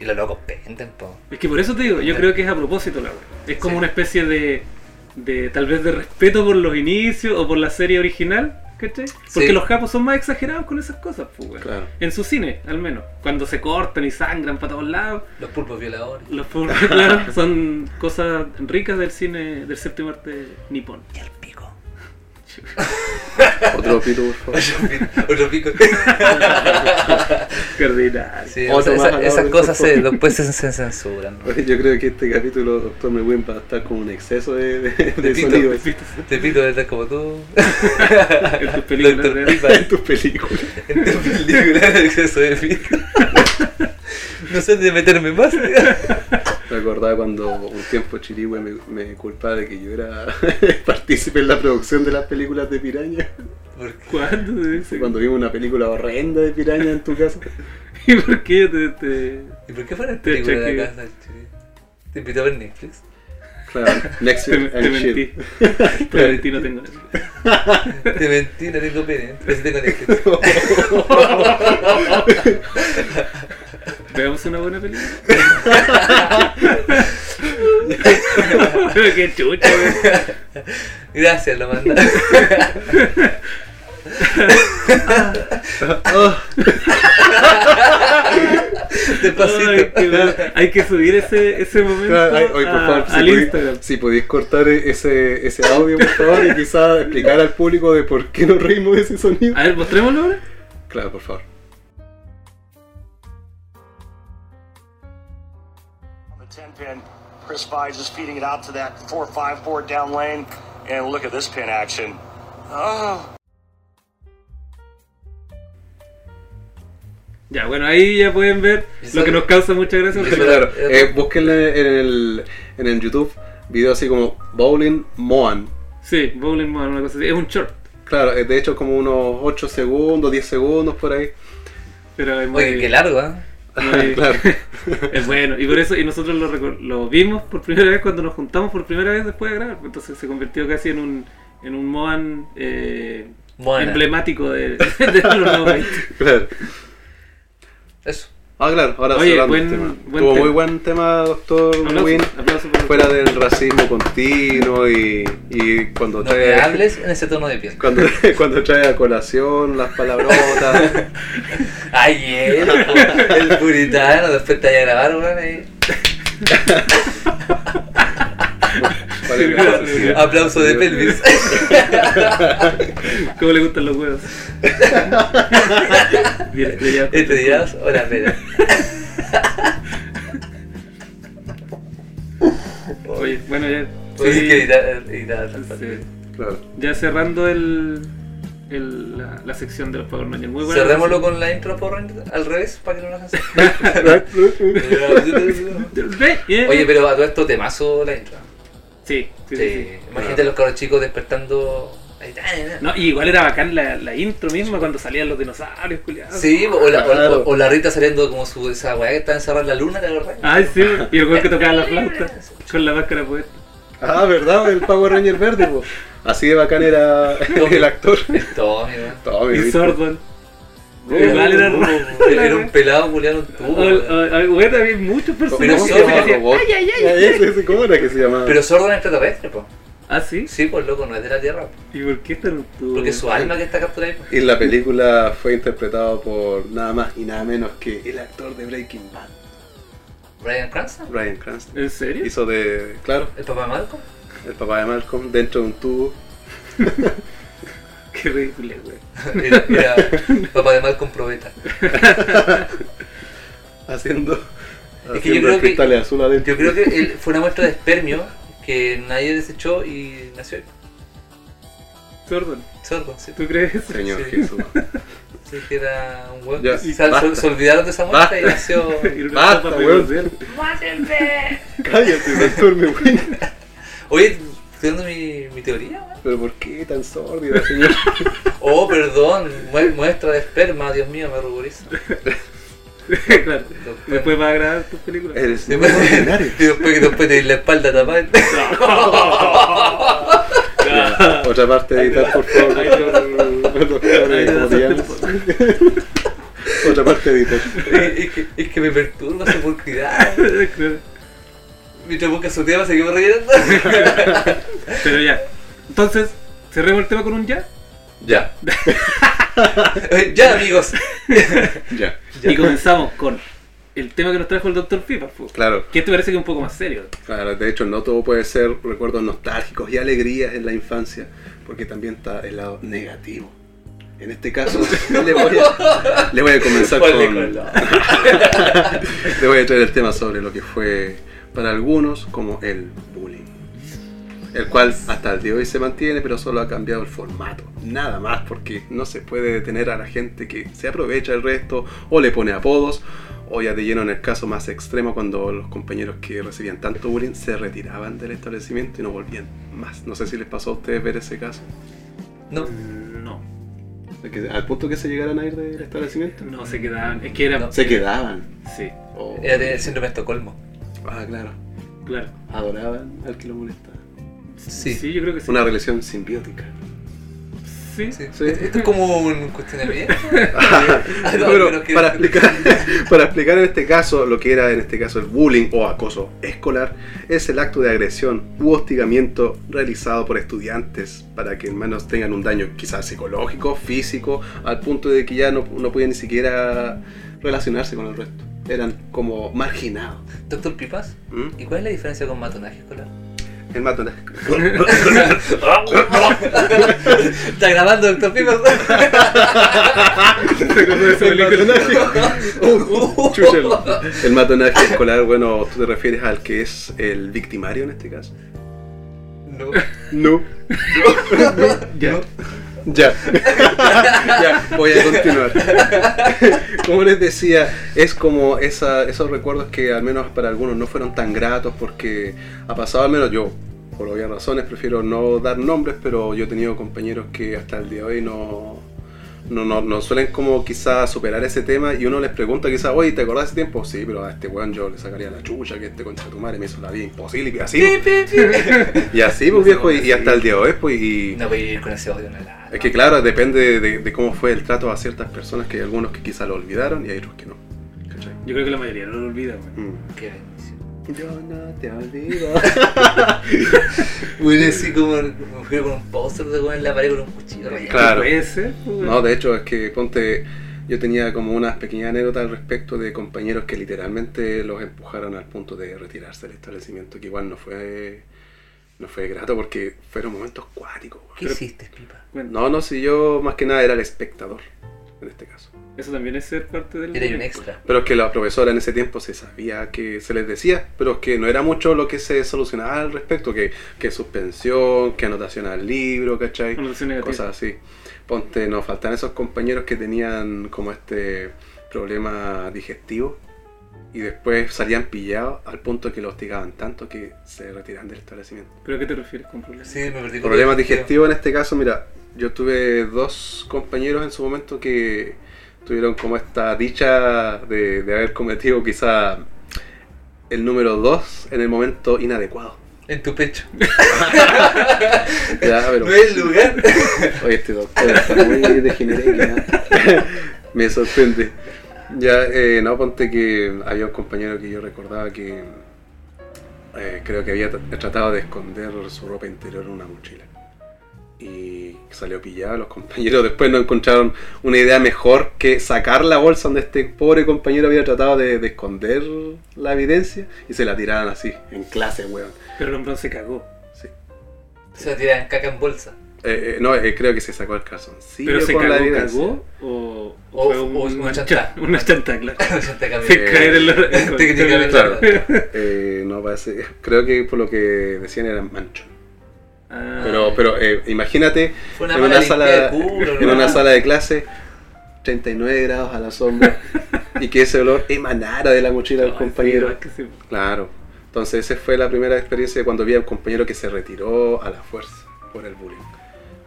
Y los locos penden, po.
Es que por eso te digo, yo
Sí.
creo que es a propósito la wea. Es como
Sí.
una especie de, de, tal vez de respeto por los inicios o por la serie original, ¿cachai? Porque
Sí.
los capos son más exagerados con esas cosas, pues, weón.
Claro.
En su cine, al menos. Cuando se cortan y sangran para todos lados,
Los pulpos violadores.
los pobres, claro, son cosas ricas del cine del séptimo arte nipón.
Y el pico.
Otro pito, por favor.
Otro pico. Otro pico.
Cardinal.
Sí,
Otro
o sea,
más
esa-
al lado
esas
del
cosas se-
pulpo.
después se, se censuran. ¿no?
Yo creo que este capítulo, Doctor Melwin, va a estar con un exceso de, de, de
De pito.
sonido
Te pito, estás como tú.
En tus películas
Doctor
de-
Pipa.
en tus películas.
En tu película el exceso de pito. No sé de meterme más.
Me acordaba cuando un tiempo Chirihue me, me culpaba de que yo era partícipe en la producción de las películas de piraña.
Porque
¿Cuándo?
Sí, Cuando vimos una película horrenda de piraña en tu casa.
¿Y por qué te- te,
¿Y por qué fueron
Te
películas de la
chequeo.
casa? Chile? ¿Te invitó a ver Netflix?
Claro, next
Te,
year
te
and
mentí.
shit.
Te mentí, no tengo nada.
Te mentí, no tengo pene, pero sí tengo Netflix.
Veamos una buena película. Pero qué chucha, güey.
Gracias, lo manda.
Ay,
Despacito.
qué bueno. Hay que subir ese, ese momento
Claro, ay, oye, por
a-
favor,
Ah, al
si,
Instagram.
podéis, si podéis cortar e-, ese, ese audio, por favor, y quizás explicar al público de por qué nos reímos de ese sonido.
A ver, mostrémoslo ahora.
Claro, por favor.
The 10 pin, Chris Fides is feeding it out to that 4 5 board down lane. And look at this pin action. Oh.
Ya, bueno, ahí ya pueden ver
Eso-
lo que nos causa mucha gracia.
Eso-
Sí,
porque-
claro. Eh, búsquenle en el, en el YouTube video así como Bowling Moan.
Sí, Bowling Man, una cosa así. Es un short,
Claro, eh, de hecho es como unos 8 segundos, 10 segundos por ahí.
pero es muy,
Oye, qué largo, ¿eh?
muy-
claro.
es bueno. Y por eso, y nosotros lo, recor- lo vimos por primera vez cuando nos juntamos por primera vez después de grabar. pues, Entonces se convirtió casi en un, en un Moan eh,
Moana.
emblemático de, de los 90.
claro.
Eso.
Ah, claro, ahora
Oye,
cerrando
buen-
el tema.
buen
Tuvo
tema.
muy buen tema, doctor
Aplauso,
Win.
aplauso por-
Fuera del racismo continuo y, y cuando
No me
trae.
hables en ese tono de piel.
Cuando, cuando trae a colación las palabrotas.
Ayer, el puritano, después te vaya a grabar, weón. ahí.
¿Cuál es la necesidad?
Aplauso de pelvis.
¿Cómo le gustan los huevos? Bien estrellado.
Estrellados o la pera.
Oye, bueno, ya.
Pues
sí,
hay que editar- editar las partes.
sí.
Claro.
Ya cerrando el, el- la, la sección de los Power Rangers. Muy buena.
Cerrémoslo con la intro por al revés para que no nos hacen. Oye,
Oye,
pero a todo esto temazo la intro.
eh, Sí, sí, sí, sí.
Sí, Imagínate los cabros chicos despertando. Ahí, ah, ah, ah.
No, y igual era bacán la, la intro misma cuando salían los dinosaurios, culiados.
Sí, o la, o-
Claro.
o, o la Rita saliendo como su, esa weá que está encerrada en la luna, la verdad.
Ay, sí, y el weón que tocaba la flauta con la máscara puesta.
Ah, ¿verdad? El Power Ranger verde, po. Así de bacán era el actor.
El Tommy, weón.
Tommy,
Y
¿viste?
Sordon.
Uh,
Igual era
uh,
raro.
Era un pelado culiado un
O-
tubo. weón.
o- o- Bueno, había muchos
¿Cómo
Pero
se
sí,
personajes.
llamaba
pero
el robot? Ese, ese, ¿Cómo era que se llamaba?
Pero sordo en extraterrestre, po.
Ah, sí.
Sí, pues loco, no es de la Tierra. po.
¿Y por qué están
Porque su alma que está capturada ahí, po.
Y la película fue interpretada por nada más y nada menos que el actor de Breaking Bad,
Brian Cranston,
Bryan Cranston.
¿En serio?
Hizo de, claro,
el papá de Malcolm.
el papá de Malcolm dentro de un tubo.
Qué ridículo, güey.
Era, era papá de Malcolm Probeta.
haciendo,
que yo
haciendo
creo que-
cristales azules adentro.
Yo creo que él fue una muestra de espermio que nadie desechó y nació él.
Jordan,
Sordo, sí.
¿tú crees eso?
Señor
Sí.
Jesús.
Sí, que era un hueón.
Ya,
Se, se-
basta.
se olvidaron de esa muestra y
Basta.
nació.
Y una
Basta,
tapa
weón.
redondeada.
Cállate, disturbe, güey.
Oye, ¿estoy dando mi, mi teoría? weón?
Pero ¿por qué tan sórdida, señor?
Oh, perdón, mue- muestra de esperma, Dios mío, me ruborizo.
claro.
Después-
Después va a grabar tus películas.
Eres
Después,
muy ordinario.
y después, después te la espalda tapada.
Ya, Otra parte de editar, por favor.
Ahí te
Doctor, ¿cómo te
lanzaste el
llamas? Otra parte de editar.
es, que, es que me perturba su pulcridad.
Claro.
Mientras busca su tema, seguimos riendo.
Pero ya. Entonces, cerremos el tema con un ya.
ya. Eh, ya, amigos.
Ya,
Y comenzamos con el tema que nos trajo el Dr. Pipa. fu.
claro.
Que este parece que es un poco más serio.
Claro, de hecho no todo puede ser recuerdos nostálgicos y alegrías en la infancia, porque también está el lado negativo. En este caso, le voy a, le voy a comenzar con...
Ponle
Le
color.
voy a traer el tema sobre lo que fue para algunos como el bullying. El cual hasta el día de hoy se mantiene, pero solo ha cambiado el formato. Nada más, porque no se puede detener a la gente que se aprovecha el resto o le pone apodos o ya de lleno en el caso más extremo cuando los compañeros que recibían tanto bullying se retiraban del establecimiento y no volvían más. No sé si les pasó a ustedes ver ese caso.
No.
Mm, No,
De que- al punto que se llegaran a ir del establecimiento.
no se quedaban. Es que era.
No.
Se quedaban.
Sí,
O-
Era Eh, de síndrome de Estocolmo.
Ah, claro.
claro.
Adoraban al que lo molestaba.
Sí,
Sí.
yo creo que sí.
Una relación simbiótica.
Sí.
Sí.
Sí.
Esto es como un cuestionamiento. Ah, no,
Pero
pero que-
para, explicar, para explicar en este caso lo que era en este caso el bullying o acoso escolar, es el acto de agresión u hostigamiento realizado por estudiantes para que hermanos tengan un daño quizás psicológico, físico, al punto de que ya no, no podían ni siquiera relacionarse con el resto. Eran como marginados.
Doctor Pipas,
¿Mm?
¿y cuál es la diferencia con matonaje escolar?
El mato
Está grabando Doctor Pipas.
Uh, Chucha, el, el matonaje escolar, bueno, ¿tú te refieres al que es el victimario en este caso?
no.
No.
Ya.
Ya. ya, voy a continuar. Como les decía, es como esa- esos recuerdos que al menos para algunos no fueron tan gratos porque ha pasado al menos yo. Por obvias razones prefiero no dar nombres, pero yo he tenido compañeros que hasta el día de hoy no, no, no, no suelen como quizás superar ese tema y uno les pregunta quizás, oye, ¿te acordás de ese tiempo? Sí, pero a este weón yo le sacaría la chucha que este contra tu madre me hizo la vida imposible y así. y así, pues viejo, y, y hasta el día de hoy, pues, y...
No voy a ir con ese odio en la lata.
Es que claro, depende de, de cómo fue el trato a ciertas personas, que hay algunos que quizá lo olvidaron y hay otros que no. ¿Cachai?
Yo creo que la mayoría no lo olvida, güey.
Mm.
Qué bendición.
Yo no te olvido.
Huele así como como fui con un póster de weón en la pared con un cuchillo. rayado.
Claro.
Puede ser, pues, güey.
No, de hecho, es que ponte. Yo tenía como unas pequeñas anécdotas al respecto de compañeros que literalmente los empujaron al punto de retirarse del establecimiento, que igual no fue. No fue grato porque fueron momentos cuáticos. weón.
¿Qué
Pero-
hiciste, Pipa?
Bueno,
No, no, si yo más que nada era el espectador en este caso.
Eso también es ser parte del.
Era un extra.
Pero es que la profesora en ese tiempo se sabía que se les decía, pero es que no era mucho lo que se solucionaba al respecto, que, que suspensión, que anotación al libro, ¿cachai?
Una relación negativa.
Cosas así. Ponte, nos faltan esos compañeros que tenían como este problema digestivo y después salían pillados al punto que los hostigaban tanto que se retiran del establecimiento.
¿Pero a qué te refieres con problemas?
Sí, me perdí con
Problemas
el
digestivos en este caso, mira, yo tuve dos compañeros en su momento que tuvieron como esta dicha de, de haber cometido quizá el número dos en el momento inadecuado.
En tu pecho.
Ya, pero,
No es el lugar.
oye, este doctor está muy degenerado. ya. Me sorprende. Ya, eh, no, ponte que había un compañero que yo recordaba que eh, creo que había tra- tratado de esconder su ropa interior en una mochila. Y salió pillado. Los compañeros después no encontraron una idea mejor que sacar la bolsa donde este pobre compañero había tratado de, de esconder la evidencia y se la tiraron así, en clase, weón.
Pero el hombrón se cagó.
Sí.
Se lo tiran caca en bolsa.
Eh, eh, no, eh, creo que se sacó el calzoncillo
¿Pero se
con la
cagó,
evidencia.
cagó? ¿O,
O- o una chanta.
Una chanta, claro.
Santa Camila.
Eh,
Sin caer en la...
Técnicamente.
Claro. Eh, no parece. Creo que por lo que decían era mancho.
Ah,
Pero, pero eh, imagínate
Fue una
en
mala
una
limpieza
sala
de culo,
en
¿no?
una sala de clase 39 grados a la sombra y que ese olor emanara de la mochila del
no, sí,
compañero.
es que sí.
Claro. Entonces esa fue la primera experiencia de cuando vi a un compañero que se retiró a la fuerza por el bullying.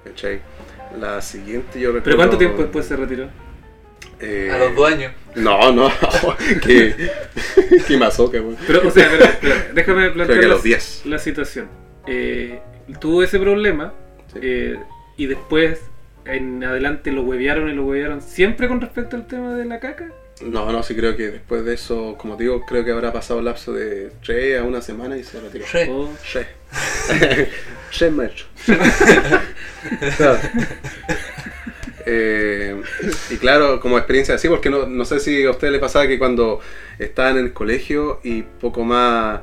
¿Cachai? La siguiente yo recuerdo...
¿Pero cuánto tiempo después se retiró?
Eh,
A los dos años.
No, no. qué, qué masoca, güey.
Pero, o sea, pero, pero, déjame plantear
que a
la-
los 10.
la situación. Eh, tuvo ese problema
Sí.
eh, y después en adelante lo huevearon y lo huevearon siempre con respecto al tema de la caca.
No, no, sí creo que después de eso, como te digo, creo que habrá pasado un lapso de 3 a una semana y se retiró.
Re.
O-
Che. che macho. Claro. Eh, y claro, como experiencia así, porque no, no sé si a ustedes les pasaba que cuando estaban en el colegio y poco más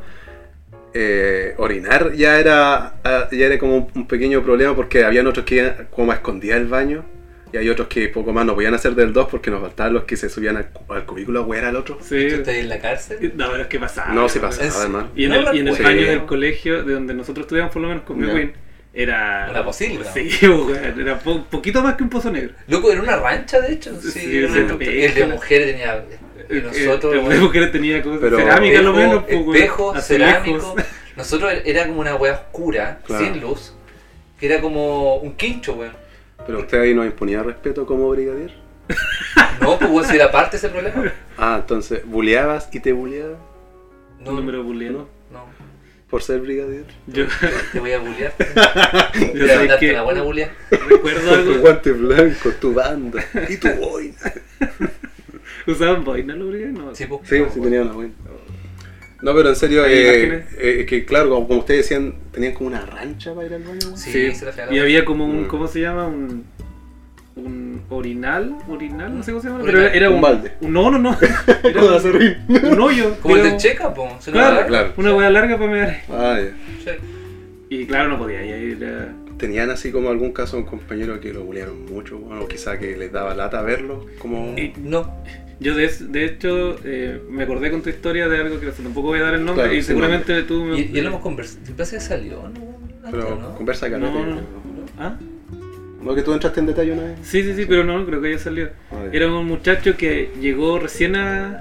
eh, orinar ya era ah, ya era como un pequeño problema porque habían otros que iban como a escondida el baño y hay otros que poco más no podían hacer del 2 porque nos faltaban los que se subían al, cu- al cubículo a huear al otro.
sí.
¿Tú estás en la cárcel?
No, pero es que pasaba.
Ah, No, se
weón.
Es-
pasaba, hermano.
eh, Y en
No
el, y en el
recuerdo.
baño del colegio de donde nosotros estudiamos, por lo menos con mi
Ya.
Win, era.
Era posible, ¿no?
Sí, weón, era po- un poquito más que un pozo negro.
Loco, era una rancha, de hecho. Sí,
Sí,
era
sí,
una-
sí.
el de mujeres tenía. Y nosotros.
Eh, eh,
bueno,
que le tenía como
Pero-
cerámica, lo menos, pues, po,
espejo,
weón.
espejo,
Azulejos.
cerámico. Nosotros era como una wea oscura,
Claro.
sin luz, que era como un quincho, weón.
Pero usted ahí nos imponía respeto como brigadier.
No, pues weón, si era parte ese problema.
Ah, entonces, ¿buleabas y te buleaban
No,
No, me lo bulleé, ¿no?
no,
por ser brigadier?
Yo,
te voy a bullear.
yo
Te voy a
sé
mandarte
que
una buena bulleada.
recuerdo
Con tu
algo.
guante blanco, tu banda y tu boina.
Usaban boina, lo obligaban, no.
Sí, pues.
Sí, sí tenía una boina. No, pero en serio,
¿Hay
eh,
imágenes?
eh, que claro, como, como ustedes decían, tenían como una rancha para ir al baño. güey.
Sí,
Sí,
se la fregaba.
y había como un,
Mm.
¿cómo se llama? Un, un orinal, orinal, no sé cómo se llama,
Orinal.
pero era
Un
un,
balde.
un- no, no, no. Era
Con
un,
acerrín.
un hoyo.
Como el del
digamos.
Checa, po. se lo
Claro,
daba.
claro.
Una hueá larga para mear.
Ah, ya.
Sí.
Y claro, no podía ir. Era...
Tenían así como algún caso de un compañero que lo bulearon mucho, bueno, o quizá que les daba lata verlo, como...
Y no,
Yo de, de hecho eh, me acordé con tu historia de algo que tampoco voy a dar el nombre
Claro,
y
sí,
seguramente tú me...
y, y lo hemos conversado. ¿Te parece que salió? No, Antes,
Pero
¿no?
conversa acá,
No,
no,
no. ¿Ah?
¿No que tú entraste en detalle una vez?
Sí, sí, sí, pero no, creo que ya salió.
Ah, ya.
Era un muchacho que llegó recién a,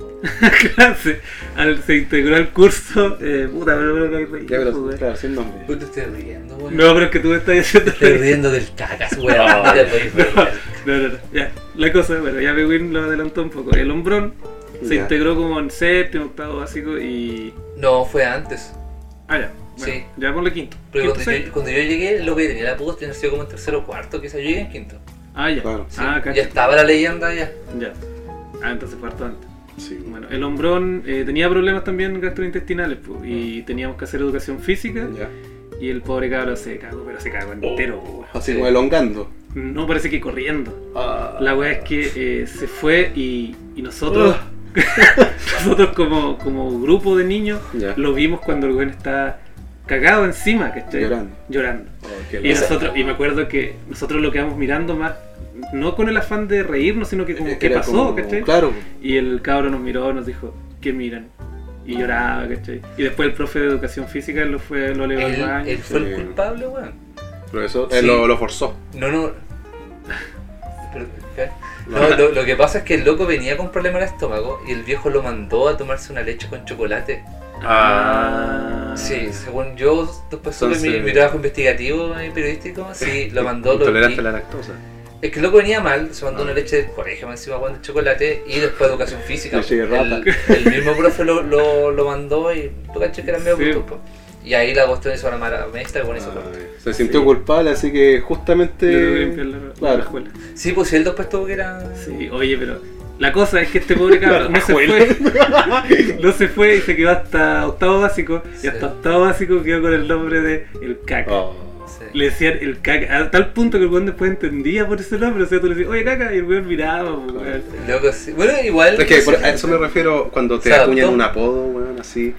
a clase, al, se integró al curso. Eh, puta, pero, pero, pero-
Ya, pero,
joder.
claro, sin nombre.
Tú te estás riendo, weón.
No, pero es que tú me estás diciendo.
Te estás riendo del cacas, weón. No te podéis reír.
No, no, no. Ya, la cosa, bueno, ya Bewin lo adelantó un poco. El hombrón se
Ya.
integró como en séptimo, octavo básico y.
No, fue antes.
Ah, ya. Bueno,
Sí.
Ya ponle quinto.
Pero
Quinto,
cuando
sexto.
yo, cuando yo llegué, lo que tenía la pudo tenía sido como en tercero o cuarto, quizás yo llegué en quinto.
Ah, ya.
Claro.
Sí,
Ah,
ya
cacho.
estaba la leyenda ya.
Ya. Ah, entonces fue harto antes.
Sí.
Bueno, el hombrón eh, tenía problemas también gastrointestinales pues, y teníamos que hacer educación física.
Ah. Ya. Oh.
Y el pobre cabro se cagó, pero se cagó entero. po.
Así como elongando.
No parece que corriendo.
Ah.
La weá es que eh, se fue y, y nosotros, nosotros como, como grupo de niños,
Ya.
lo vimos cuando el weón está cagado encima, ¿cachai?
Llorando.
Llorando.
Oh, qué
Y,
lata.
nosotros, y me acuerdo que nosotros lo quedamos mirando más, no con el afán de reírnos, sino que como, ¿qué
Eh, Era
pasó?
como-
¿cachai?
Claro.
Y el cabro nos miró, nos dijo, ¿qué miran? Y lloraba, ¿cachai? Y después el profe de educación física lo fue, lo llevó al
Él,
baño.
él fue el
sí.
culpable, weón.
Pero eso él
Sí.
lo, lo forzó.
No, no. Pero, ¿qué? No, lo, lo que pasa es que el loco venía con problemas de estómago y el viejo lo mandó a tomarse una leche con chocolate.
Ah.
Sí, según yo, después sobre mi,
Entonces-
mi trabajo investigativo y periodístico, sí, lo mandó. Lo,
Intolerante
y-
a la lactosa.
Es que el loco venía mal, se mandó
Ah.
una leche de colegio más encima weón, de chocolate y después educación física.
Leche de rata.
El, el mismo profe lo, lo, lo mandó y tú caché que eran medio
Sí.
brutos, po. Y ahí la cuestión hizo una mala mezcla y bueno, hizo todo.
Ay, Ah, eh, se sintió culpable, así que
Yo tengo que limpiar
justamente.
la, la
Claro.
escuela.
Sí, pues si él después tuvo que era.
Sí, oye, pero la cosa es que este pobre cabrón no se fue. No se fue y se quedó hasta octavo básico. Y
Sí.
hasta octavo básico quedó con el nombre de El Caca.
Oh.
Sí.
Le decían el caca, a tal punto que el weón después entendía por ese nombre. O sea, tú le decías, oye caca, y el weón miraba, po, weón.
Loco, sí. Bueno, igual.
Es que por- a
sí,
eso me refiero cuando te
Se adaptó.
acuñan un apodo, weón, así.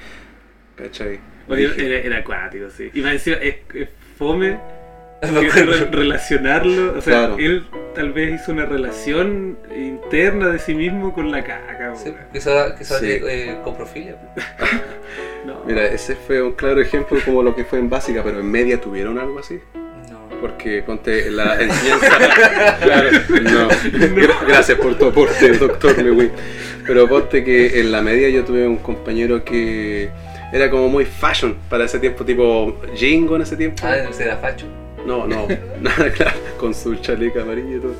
¿Cachai?
Oye, eh,
Dije,
era, era acuático, sí. Y me decía, es, es fome
Me
Porque
acuerdo.
re- relacionarlo, o sea,
pues, Claro.
él tal vez hizo una relación interna de sí mismo con la caca.
Sí,
weón.
quizá, quizá
Sí.
tiene, eh, coprofilia. pues.
No.
Mira, ese fue un claro ejemplo como lo que fue en básica, pero en media tuvieron algo así.
No.
Porque ponte la enseñanza. claro, no. Gra- gracias por tu aporte, doctor Lewin. Pero ponte que en la media yo tuve un compañero que era como muy fashion para ese tiempo, tipo jingo en ese tiempo.
Ah, ese era facho.
No, no, nada, claro, con su chaleca amarilla y todo.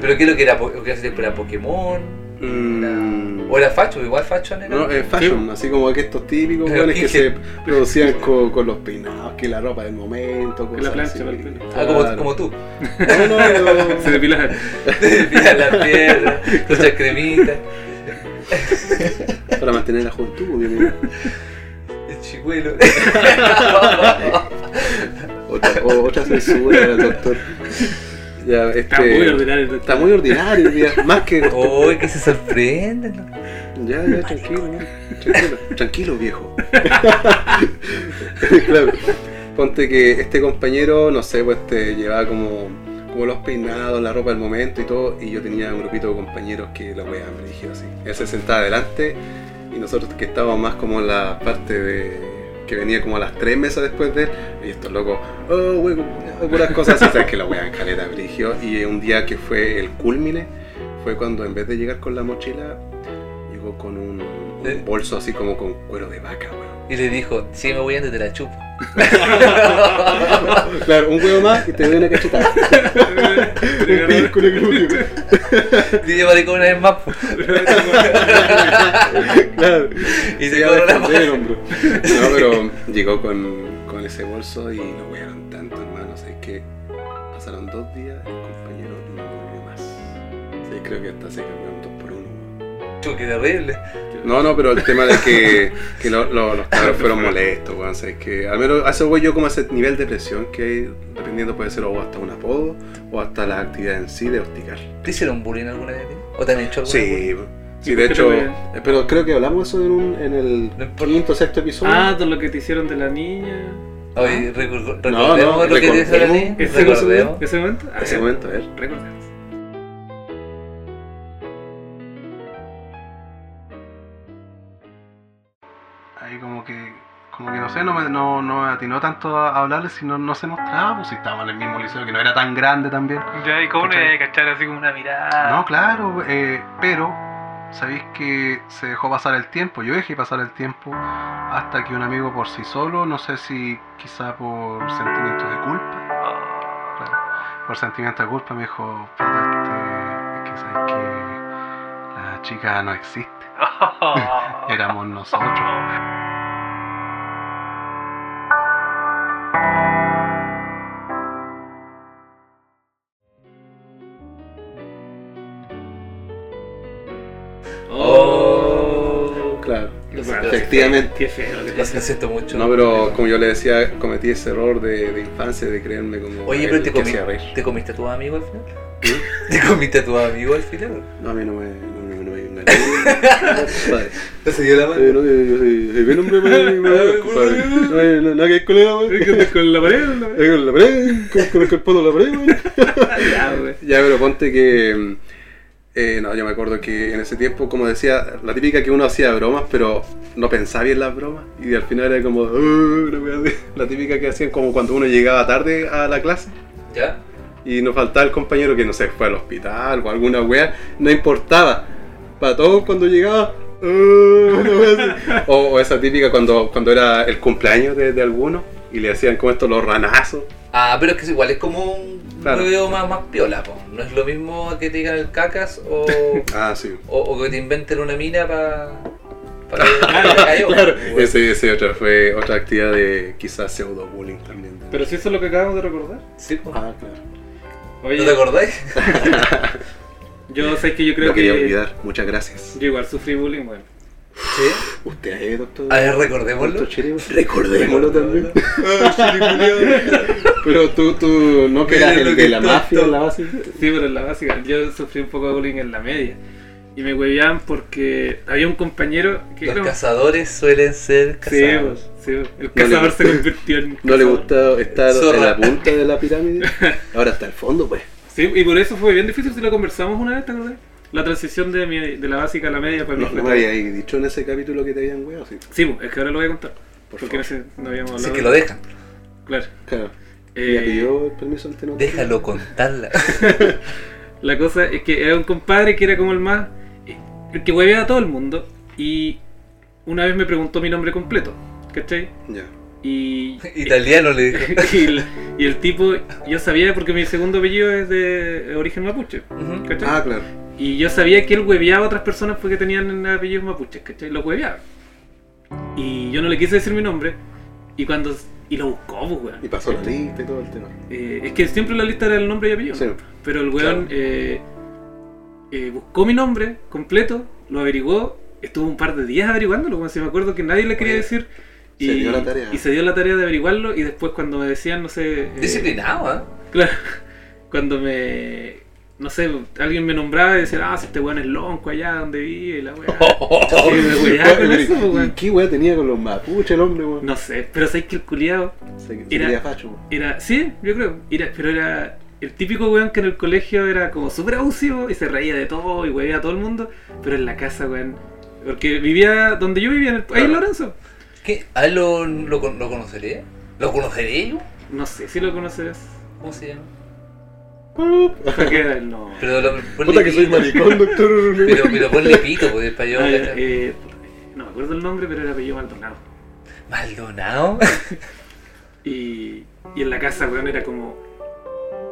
Pero creo que era, po- que hace tiempo era Pokémon.
Mm.
O era facho, igual facho era.
No, eh, fashion, así como que estos típicos
Pero
weones que se
fíjate.
producían con, con los peinados, que la ropa del momento,
Que la
cosas
plancha
así.
para el pelo.
Ah, como,
Claro.
como tú.
No, no, pero-
Se depila
Mira la piedra, tus cremitas.
Para mantener la juventud, obviamente.
El chicuelo.
Otra, o- otra censura del doctor. Ya, este,
Está muy ordinario. Oh.
Está muy ordinario, ya, más que.
Uy, Oh, que se sorprenden. ¿no?
Ya, ya, tranquilo, tranquilo, tranquilo, viejo. claro. Ponte que este compañero, no sé, pues te llevaba como, como los peinados, la ropa del momento y todo, y yo tenía un grupito de compañeros que la wea me dirigió así. Él se sentaba adelante y nosotros que estábamos más como en la parte de que venía como a las tres mesas después de él, y estos locos, oh, wey, puras cosas así, sabes que la wea en caleta brigio, y un día que fue el culmine, fue cuando en vez de llegar con la mochila, llegó con un, un
Eh.
bolso así como con cuero de vaca, weón.
Y le dijo, si me voy antes te la chupo.
Claro, un huevo más y te doy una cachetada.
Dile maricón una vez más. po.
claro.
Y
Se
se
iba a
cobró la
defender el
mano.
hombro. No, pero llegó con, con ese bolso y lo wearon tanto, hermano. O sea, es que pasaron dos días, el compañero no volvió más. Sí, creo que hasta se cambiaron dos por uno. weón.
Chu, qué terrible.
No, no, pero el tema de que, que lo- lo- los cabros fueron molestos, weón. O sea, es que al menos a ese güey yo como a ese nivel de presión que hay, dependiendo puede ser o hasta un apodo o hasta la actividad en sí de hostigar.
¿Te hicieron bullying alguna vez? tío? ¿O te han hecho alguna bullying?
Sí, sí, de
Pero,
hecho,
eh,
pero creo que hablamos eso en, un- en
No
el
importa.
quinto sexto episodio.
Ah, todo lo que te hicieron de la niña.
Oye, recor-
Ah. No, no,
recordemos lo que te hizo la
recordemos.
niña.
¿Ese,
Recordemos.
ese momento? Ah,
ese
ya.
momento, a ver.
Recordemos.
Ahí como que, como que no sé, no me, no, no me atinó tanto a hablarle, sino no se mostraba, pues si estábamos en el mismo liceo, que no era tan grande también.
Ya, y cómo
no iba
a cachar así como una mirada.
No, claro, eh, pero sabéis que se dejó pasar el tiempo, yo dejé pasar el tiempo hasta que un amigo por sí solo, no sé si quizá por sentimientos de culpa, por sentimientos de culpa me dijo, puta, este, es que sabes que la chica no existe,
Oh.
éramos nosotros.
Oh.
Claro.
Lo
Efectivamente.
Qué feo lo que
Lo
pasó.
siento mucho.
No, pero como yo le decía, cometí ese error de, de infancia de creerme como.
Oye,
el
pero te,
que
comi-
hacía reír.
¿te comiste a tu amigo al final?
¿Sí?
¿Te comiste a tu amigo al final?
No, a mí no me. No, me- no, me- no, me- compadre.
¿Te seguido la
Eh, no, eh, yo soy- soy bien hombre, madre, madre, compadre. No, eh, no, nada que ver con él, madre.
¿Qué onda con la pared? La pared?
Eh, con la pared, con- con el cuerpo de la pared, madre.
Ya, güey.
Ya, pero ponte que. mm, eh, no, yo me acuerdo que en ese tiempo, como decía, la típica que uno hacía bromas, pero no pensaba bien las bromas. Y al final era como. "Uh", una wea así. la típica que hacían como cuando uno llegaba tarde a la clase.
¿Ya?
Y nos faltaba el compañero que no sé, fue al hospital o alguna wea. No importaba. Para todos cuando llegaba. "Uh", una wea así. o, o esa típica cuando, cuando era el cumpleaños de, de alguno. Y le hacían como esto los ranazos.
Ah, pero es que es igual, es como un
Claro.
hueveo más, más piola, po. No es lo mismo que te digan el cacas o,
Ah, sí.
o, o que te inventen una mina para... Pa
Claro,
que cayó.
claro. Ese, ese otra fue otra actividad de quizás pseudo bullying también.
Pero si eso es lo que acabamos de recordar.
Sí, po.
ah, claro.
¿No te
Oye,
acordáis?
yo sé que yo
Lo
creo
quería
que.
olvidar. Muchas gracias.
Yo igual sufrí bullying, bueno.
Sí.
Usted, eh, doctor.
A ver, recordémoslo. Ah,
Doctor Chiribo. Recordémoslo también. Pero tú, tú no que
Mira
eras
lo
el
que
de la
está
mafia
esto.
en la base.
Sí, pero en la básica. Yo sufrí un poco de bullying en la media. Y me hueveaban porque había un compañero que
Los
era-
cazadores suelen ser
Sí,
cazados.
pues, sí, pues. el cazador se convirtió en.
No le
cazador.
gustaba estar en
Zorra.
la punta de la pirámide. Ahora está al fondo, pues.
Sí, y por eso fue bien difícil si lo conversamos una vez, ¿te acordás? La transición de, mi- de la básica a la media para mí
No,
fue
no me había dicho en ese capítulo que te habían weado, sí.
Sí, pues, es que ahora lo voy a contar.
Por
porque no,
favor.
sé, no habíamos hablado.
Así que lo dejan.
Claro.
Claro.
Eh,
¿Le pidió el permiso al tenor?
Déjalo contarla.
La cosa es que era un compadre que era como el más. el que hueveaba a todo el mundo. Y una vez me preguntó mi nombre completo, ¿cachai?
Ya.
Y.
Italiano le dijo.
y, el, y el tipo, yo sabía porque mi segundo apellido es de origen mapuche,
Ujú.
¿cachai?
Ah, claro.
Y yo sabía que él hueveaba a otras personas porque tenían apellidos mapuches, ¿cachai? Lo hueveaba. Y yo no le quise decir mi nombre. Y cuando. Y lo buscó, pues,
Y
weón.
pasó la lista y todo el tenor.
Eh, es que siempre en la lista era el nombre y apellido.
Sí.
¿no? Pero el weón
Claro.
eh, eh, buscó mi nombre completo, lo averiguó, estuvo un par de días averiguándolo, weón, si me acuerdo que nadie le quería
Oye,
decir.
se dio la tarea.
y se dio la tarea de averiguarlo y después cuando me decían, no sé... eh,
Disciplinado, ¿eh?
Claro, cuando me... No sé, alguien me nombraba y decía, ah, si este weón es lonco allá donde vive y la weá.
Oh.
Y me weaba con eso, pues,
¿Y
weón.
qué weá tenía con los mapuches el hombre, weón?
No sé, pero sabes que el culiado
Se, se
Era-
quería facho, weón.
Era, sí, yo creo. Era, pero era el típico weón que en el colegio era como súper abusivo y se reía de todo y weía a todo el mundo. Pero en la casa, weón. Porque vivía donde yo vivía, en el, ahí en
Claro.
Lorenzo.
¿Qué? ¿A él lo, lo, con- lo conocería? ¿Lo conocería yo?
No sé si lo conoces.
¿Cómo se llama?
¿Para qué era el no?
Pero lo, ponle
Puta que soy
pito.
maricón, doctor.
Pero, pero ponle pito, porque para yo.
Ah, ya,
¿cachai?
eh, no me acuerdo el nombre, pero era apellido Maldonado.
Maldonado.
Y, y en la casa, weón, era como.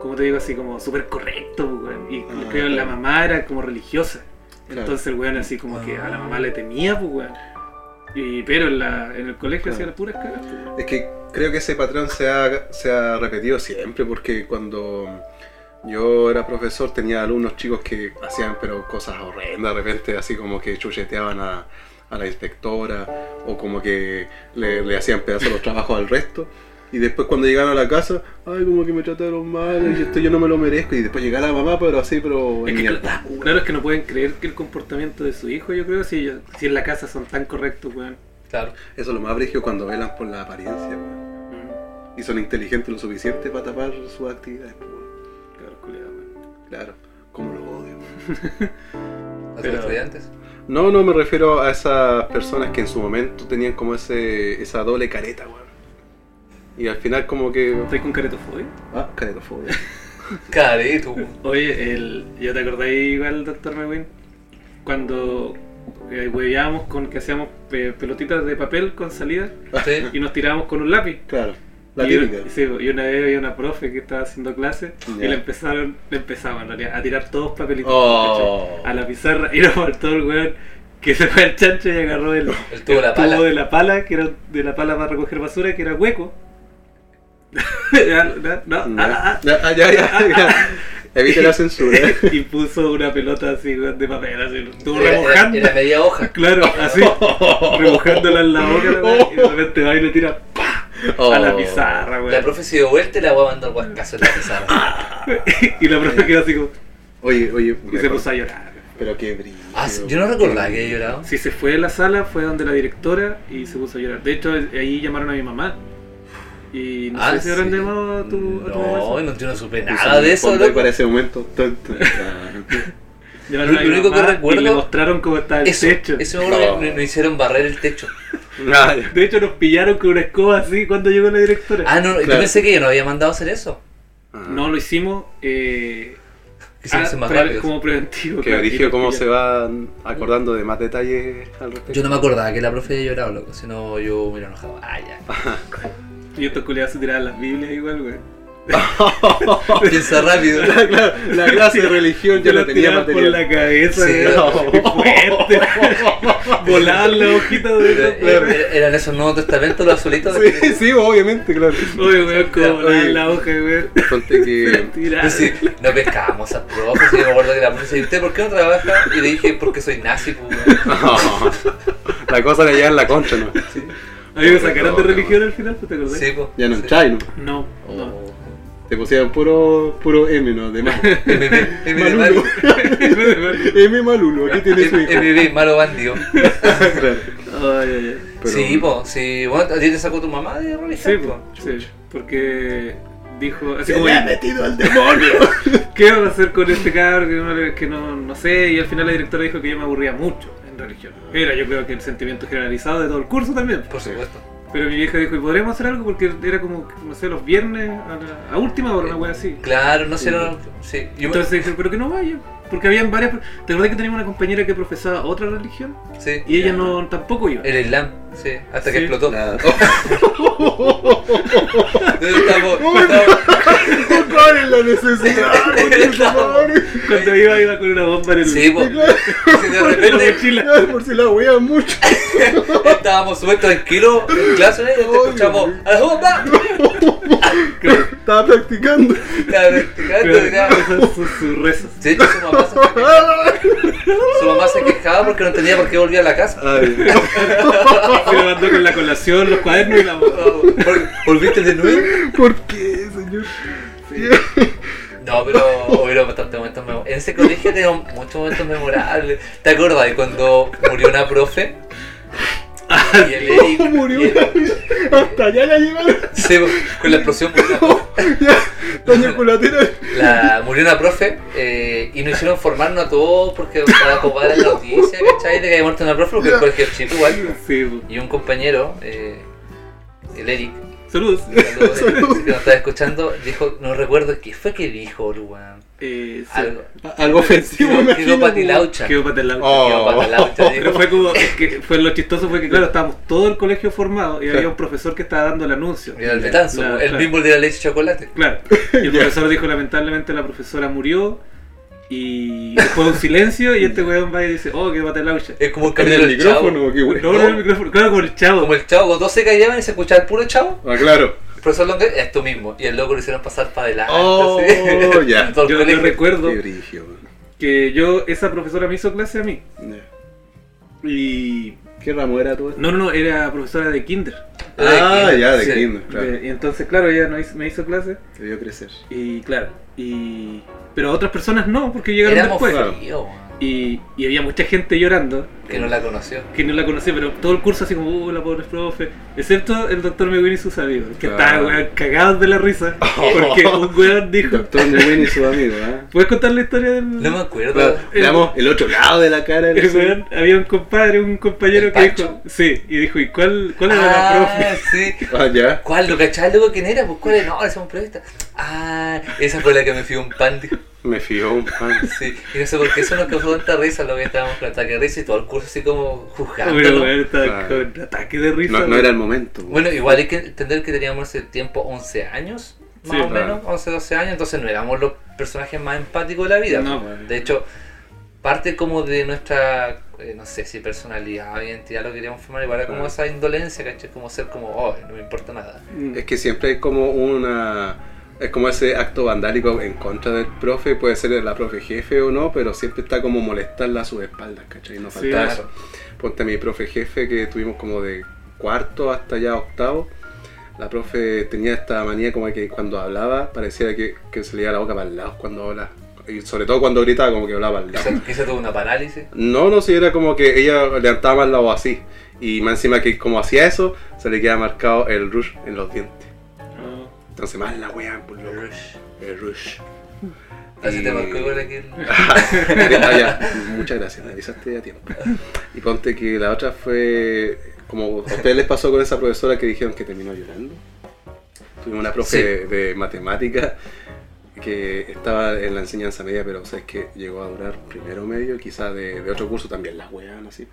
Como te digo, así como súper correcto, pues, weón. Y
Ah,
creo la
claro.
mamá era como religiosa.
Claro. Ah.
Entonces el weón así como que a la mamá le temía, pues weón. Y, pero en, la, en el colegio
Claro.
hacía las puras cagas. pues.
Es que creo que ese patrón se ha, se ha repetido siempre, porque cuando yo era profesor tenía alumnos chicos que hacían pero cosas horrendas de repente, así como que chucheteaban a, a la inspectora o como que le, le hacían pedazos los trabajos al resto. Y después cuando llegaron a la casa, ay, como que me trataron mal, y esto yo no me lo merezco. Y después llegaba la mamá, pero así, pero...
Es que,
mierda.
claro, claro, es que no pueden creer que el comportamiento de su hijo, yo creo, si, ellos- si en la casa son tan correctos, weón.
Claro.
Eso es lo más brígido cuando velan por la apariencia, weón.
Mm,
Y son inteligentes lo suficiente para tapar sus actividades, pues, weón.
Claro, culiado, weón.
Claro, como lo odio.
¿A tus
Pero-
estudiantes?
No, no me refiero a esas personas que en su momento tenían como ese, esa doble careta, weón. Y al final como que...
¿Estoy con caretofobia?
Ah, caretofobia.
Careto.
Oye, el, ¿ya te acordáis igual, doctor Mewin? Cuando eh, hueveábamos con que hacíamos eh, pelotitas de papel con salida
Sí.
y nos tirábamos con un lápiz.
Claro, la
y,
típica.
sí, y una vez había una profe que estaba haciendo clases y
Ya.
le empezaron, le empezaban en realidad, a tirar todos papelitos
Oh.
¿cachai? a la pizarra y nos faltó el weón que se fue al chancho y agarró el,
El tubo de la
tubo
pala.
de la pala, que era de la pala para recoger basura, que era hueco. Ya, no, no, ah, ah,
Ya, ya, ya, ya, ya. Evite la censura.
ah. y puso una pelota así weón, de papel, así lo estuvo
Era- Era,
remojando.
era media hoja.
Claro, así, remojándola en la boca la weá, y de repente va y le tira ¡pah! a la
Oh.
pizarra, weón.
La profe se dio vuelta y la voy a mandar guascazo en la
Ah,
pizarra.
y la profe quedó así como,
Oye, oye.
y se puso a llorar.
Pero qué brillo.
Ah, sí, yo no recordaba que haya llorado.
Si se fue de la sala, fue donde la directora y se puso a llorar. De hecho, eh, ahí llamaron a mi mamá. Y no
Ah,
sé si habrán
sí.
llamado a tu, a tu
No,
mamá.
no, yo no supe
Puso
nada
un
de eso,
fondo ahí
loco.
para ese momento. Tan, tan, tan.
Llamaron a
Lo
mi
único que
mamá
recuerdo-
y le mostraron cómo estaba el
Eso,
techo.
eso me acuerdo que
No.
nos hicieron barrer el techo.
Nah, Ah, ya.
De hecho, nos pillaron con una escoba así cuando llegó la directora.
Ah, no, yo
Claro.
pensé que yo no había mandado a hacer eso.
Ah.
No, lo hicimos eh,
Que se
ah,
hacen más
pre-
rápidos.
como preventivo.
Que
claro, y
brillo
nos
cómo se
pillaron.
van acordando de más detalles al respecto.
Yo no me acordaba que la profe haya llorado, loco. Si no, yo me hubiera enojado. Ah, ya.
Y estos culiados se tiraban las Biblias igual, güey.
Piensa rápido. Eh,
La, cla- la clase de religión ya
Yo
la
las
tenía
tiraba por la
material.
cabeza,
Sí.
güey. Muy fuerte. Volaban las hojitas de
Era-
esas,
era- eh, Eran esos nuevos testamentos, los azulitos.
Sí, sí, obviamente, claro.
Oye, weón, como
Ya,
volaban
oye.
la hoja, weón.
Ponte que.
Tira.
Pero sí, eh, no pescábamos a profes. Yo me acuerdo que la profe decía, ¿usted por qué no trabaja? Y le dije, porque soy nazi, pues. weón".
No, la cosa le lleva en la concha, ¿no?
A mí me sacaron de
No,
religión al final, ¿te acordás?
Sí, pues.
Ya no
Sí.
en chai, ¿no?
No, no.
Te Te pusieron puro, puro M, ¿no? De malo.
MB,
Malulo.
malo,
M Malulo, aquí tiene su hijo.
MB, malo bandido.
Claro.
Ay, ay, ay.
Pero-
sí, po, sí. Bueno, ¿A ti te sacó tu mamá de revisar?
Sí,
po?
po, sí, porque dijo así
¡Se
como
le ha metido al demonio!
¿qué van a hacer con este cabrón que, no, le- que no, no sé? Y al final la directora dijo que yo me aburría mucho en religión. Era yo creo que el sentimiento generalizado de todo el curso también.
Por supuesto.
Pero mi vieja dijo, ¿y podremos hacer algo? Porque era como, no sé, los viernes a, la- a última hora, una wea así.
Claro, no sé. no- sí. Yo me-
Entonces dije, pero que no vaya. Porque habían varias... ¿Te acordás que teníamos una compañera que profesaba otra religión?
sí.
Y ella no tampoco iba.
El Islam, sí. Hasta que
Sí.
explotó.
Nada.
Entonces estamos-
Uy.
estamos-
¿Cuál es la necesidad? por favor?
Cuando iba, iba con una bomba en el...
Sí, po. Sí, de
en la
repente
mochila.
Claro, Por si la wea mucho.
estábamos súper tranquilos en clase y te escuchamos ¡A la bomba!
Estaba practicando.
Estaba practicando,
Pero
ya.
esas son sus rezos.
De hecho, su mamá se Su mamá se quejaba porque no entendía por qué volvía a la casa.
Ay,
Se lo mandó con la colación, los cuadernos y la bomba.
Oh, ¿por- ¿Volviste de nuevo?
¿Por qué, señor?
No, pero hubieron bastantes momentos memorables. En ese colegio tenemos muchos momentos memorables. ¿Te acuerdas de cuando murió una profe? Y el Eric.
Murió
y el-
una- Hasta allá la llevaron.
sí, con la explosión murió una profe.
Ya, doña culatera.
La, murió una profe eh, y nos hicieron formarnos a todos porque para copar en la noticia, ¿cachai? De que había muerto una profe porque el colegio es chico igual.
Sí, po.
Y un compañero, eh, el Eric,
Saludos.
saludos, Eric, que nos estaba escuchando, dijo, no recuerdo qué fue que dijo, weón.
Eh, sí.
Algo.
Algo ofensivo,
Quedó-
me
Quedó
imagino.
patilaucha.
Quedó para la
Oh.
Quedó patilaucha, dijo.
Pero fue como, que fue lo chistoso fue que claro, estábamos todo el colegio formado y había un profesor que estaba dando el anuncio.
Era el betanzo,
Claro,
el
claro.
bimbo de la leche y chocolate.
Claro. Y el profesor dijo, lamentablemente la profesora murió. Y fue un silencio y este weón va y dice, oh, qué patelaucha.
Es como el
Cambia
cambio
el
del chavo.
micrófono, qué
No,
bueno.
no, el micrófono. Claro, como el chavo.
Como el chavo, cuando todos se callaban y se escuchaba el puro chavo.
Ah, claro.
El profesor Longa, esto mismo. Y el loco lo hicieron pasar para adelante.
Oh,
así.
ya.
Todo el
Yo, yo
colegio.
recuerdo
Qué brigio, man.
que yo, esa profesora me hizo clase a mí.
Ya.
Y
¿Qué ramo era tú?
No, no, no, era profesora de kinder.
Era de
Ah,
kinder,
ya, de
sí.
kinder, claro.
De- y entonces, claro, ella no hizo- me hizo clase.
Te vio crecer.
Y claro, y... Pero otras personas no, porque llegaron
Éramos
después.
claro.
fríos,
Y, y había mucha gente llorando,
que no la conoció.
que no la conocía, pero todo el curso así como, uh, la pobre profe. Excepto el doctor Meguin y sus amigos, que
Claro.
Ah.
estaban weón, cagados de la risa. Porque un weón dijo...
Doctor Nguyen y su amigo, ¿ah?
¿Puedes contar la historia del...?
No me acuerdo.
Claro, Veamos el otro lado de la cara.
El weón, había un compadre, un compañero
¿El
que dijo,
Pancho?
sí, y dijo, ¿y cuál, cuál era
ah,
la profe?
sí.
Ah, ya.
¿Cuál? ¿Lo cachás luego quién era? Pues cuál era. No, esa es un periodista. Ah, esa fue la que me fui un pan. dijo.
Me fijó un pan.
Sí. Y no sé por qué eso nos causó tanta risa, lo que estábamos con ataque de risa y todo el curso así como juzgando.
Pero weón, estaba
Claro.
con ataque de risa.
No, no
weón.
era el momento. man.
Bueno, igual hay que entender que teníamos ese tiempo 11 años, más
Sí,
o
claro.
menos, 11, 12 años, entonces no éramos los personajes más empáticos de la vida.
No,
pues. de hecho, parte como de nuestra, eh, no sé si personalidad o identidad lo queríamos formar, igual era como
Claro.
esa indolencia, ¿cachai? Como ser como, oh, no me importa nada.
Mm.
Es que siempre es como una. Es como ese acto vandálico en contra del profe, puede ser de la profe jefe o no, pero siempre está como molestarla a sus espaldas, ¿cachai? No
Sí,
faltaba
claro.
eso. Ponte a mi profe jefe que tuvimos como de cuarto hasta ya octavo. La profe tenía esta manía como que cuando hablaba parecía que, que se le iba la boca para el lado cuando hablaba. Y sobre todo cuando gritaba como que hablaba al lado.
Quizás quizá tuvo una parálisis.
No, no, si era como que ella levantaba más la voz así. Y más encima que como hacía eso, se le queda marcado el rush en los dientes.
No.
Entonces más la weá, por loco.
Rush.
El rush.
Así te
Y-
marcó igual aquí. el-
Ah, ya. Muchas gracias, me avisaste a tiempo. Y ponte que la otra fue, como a ustedes les pasó con esa profesora que dijeron que terminó llorando. Tuvimos una profe
Sí.
de, de matemática que estaba en la enseñanza media, pero o sea, es que llegó a durar primero medio, quizás de, de otro curso también las wean así.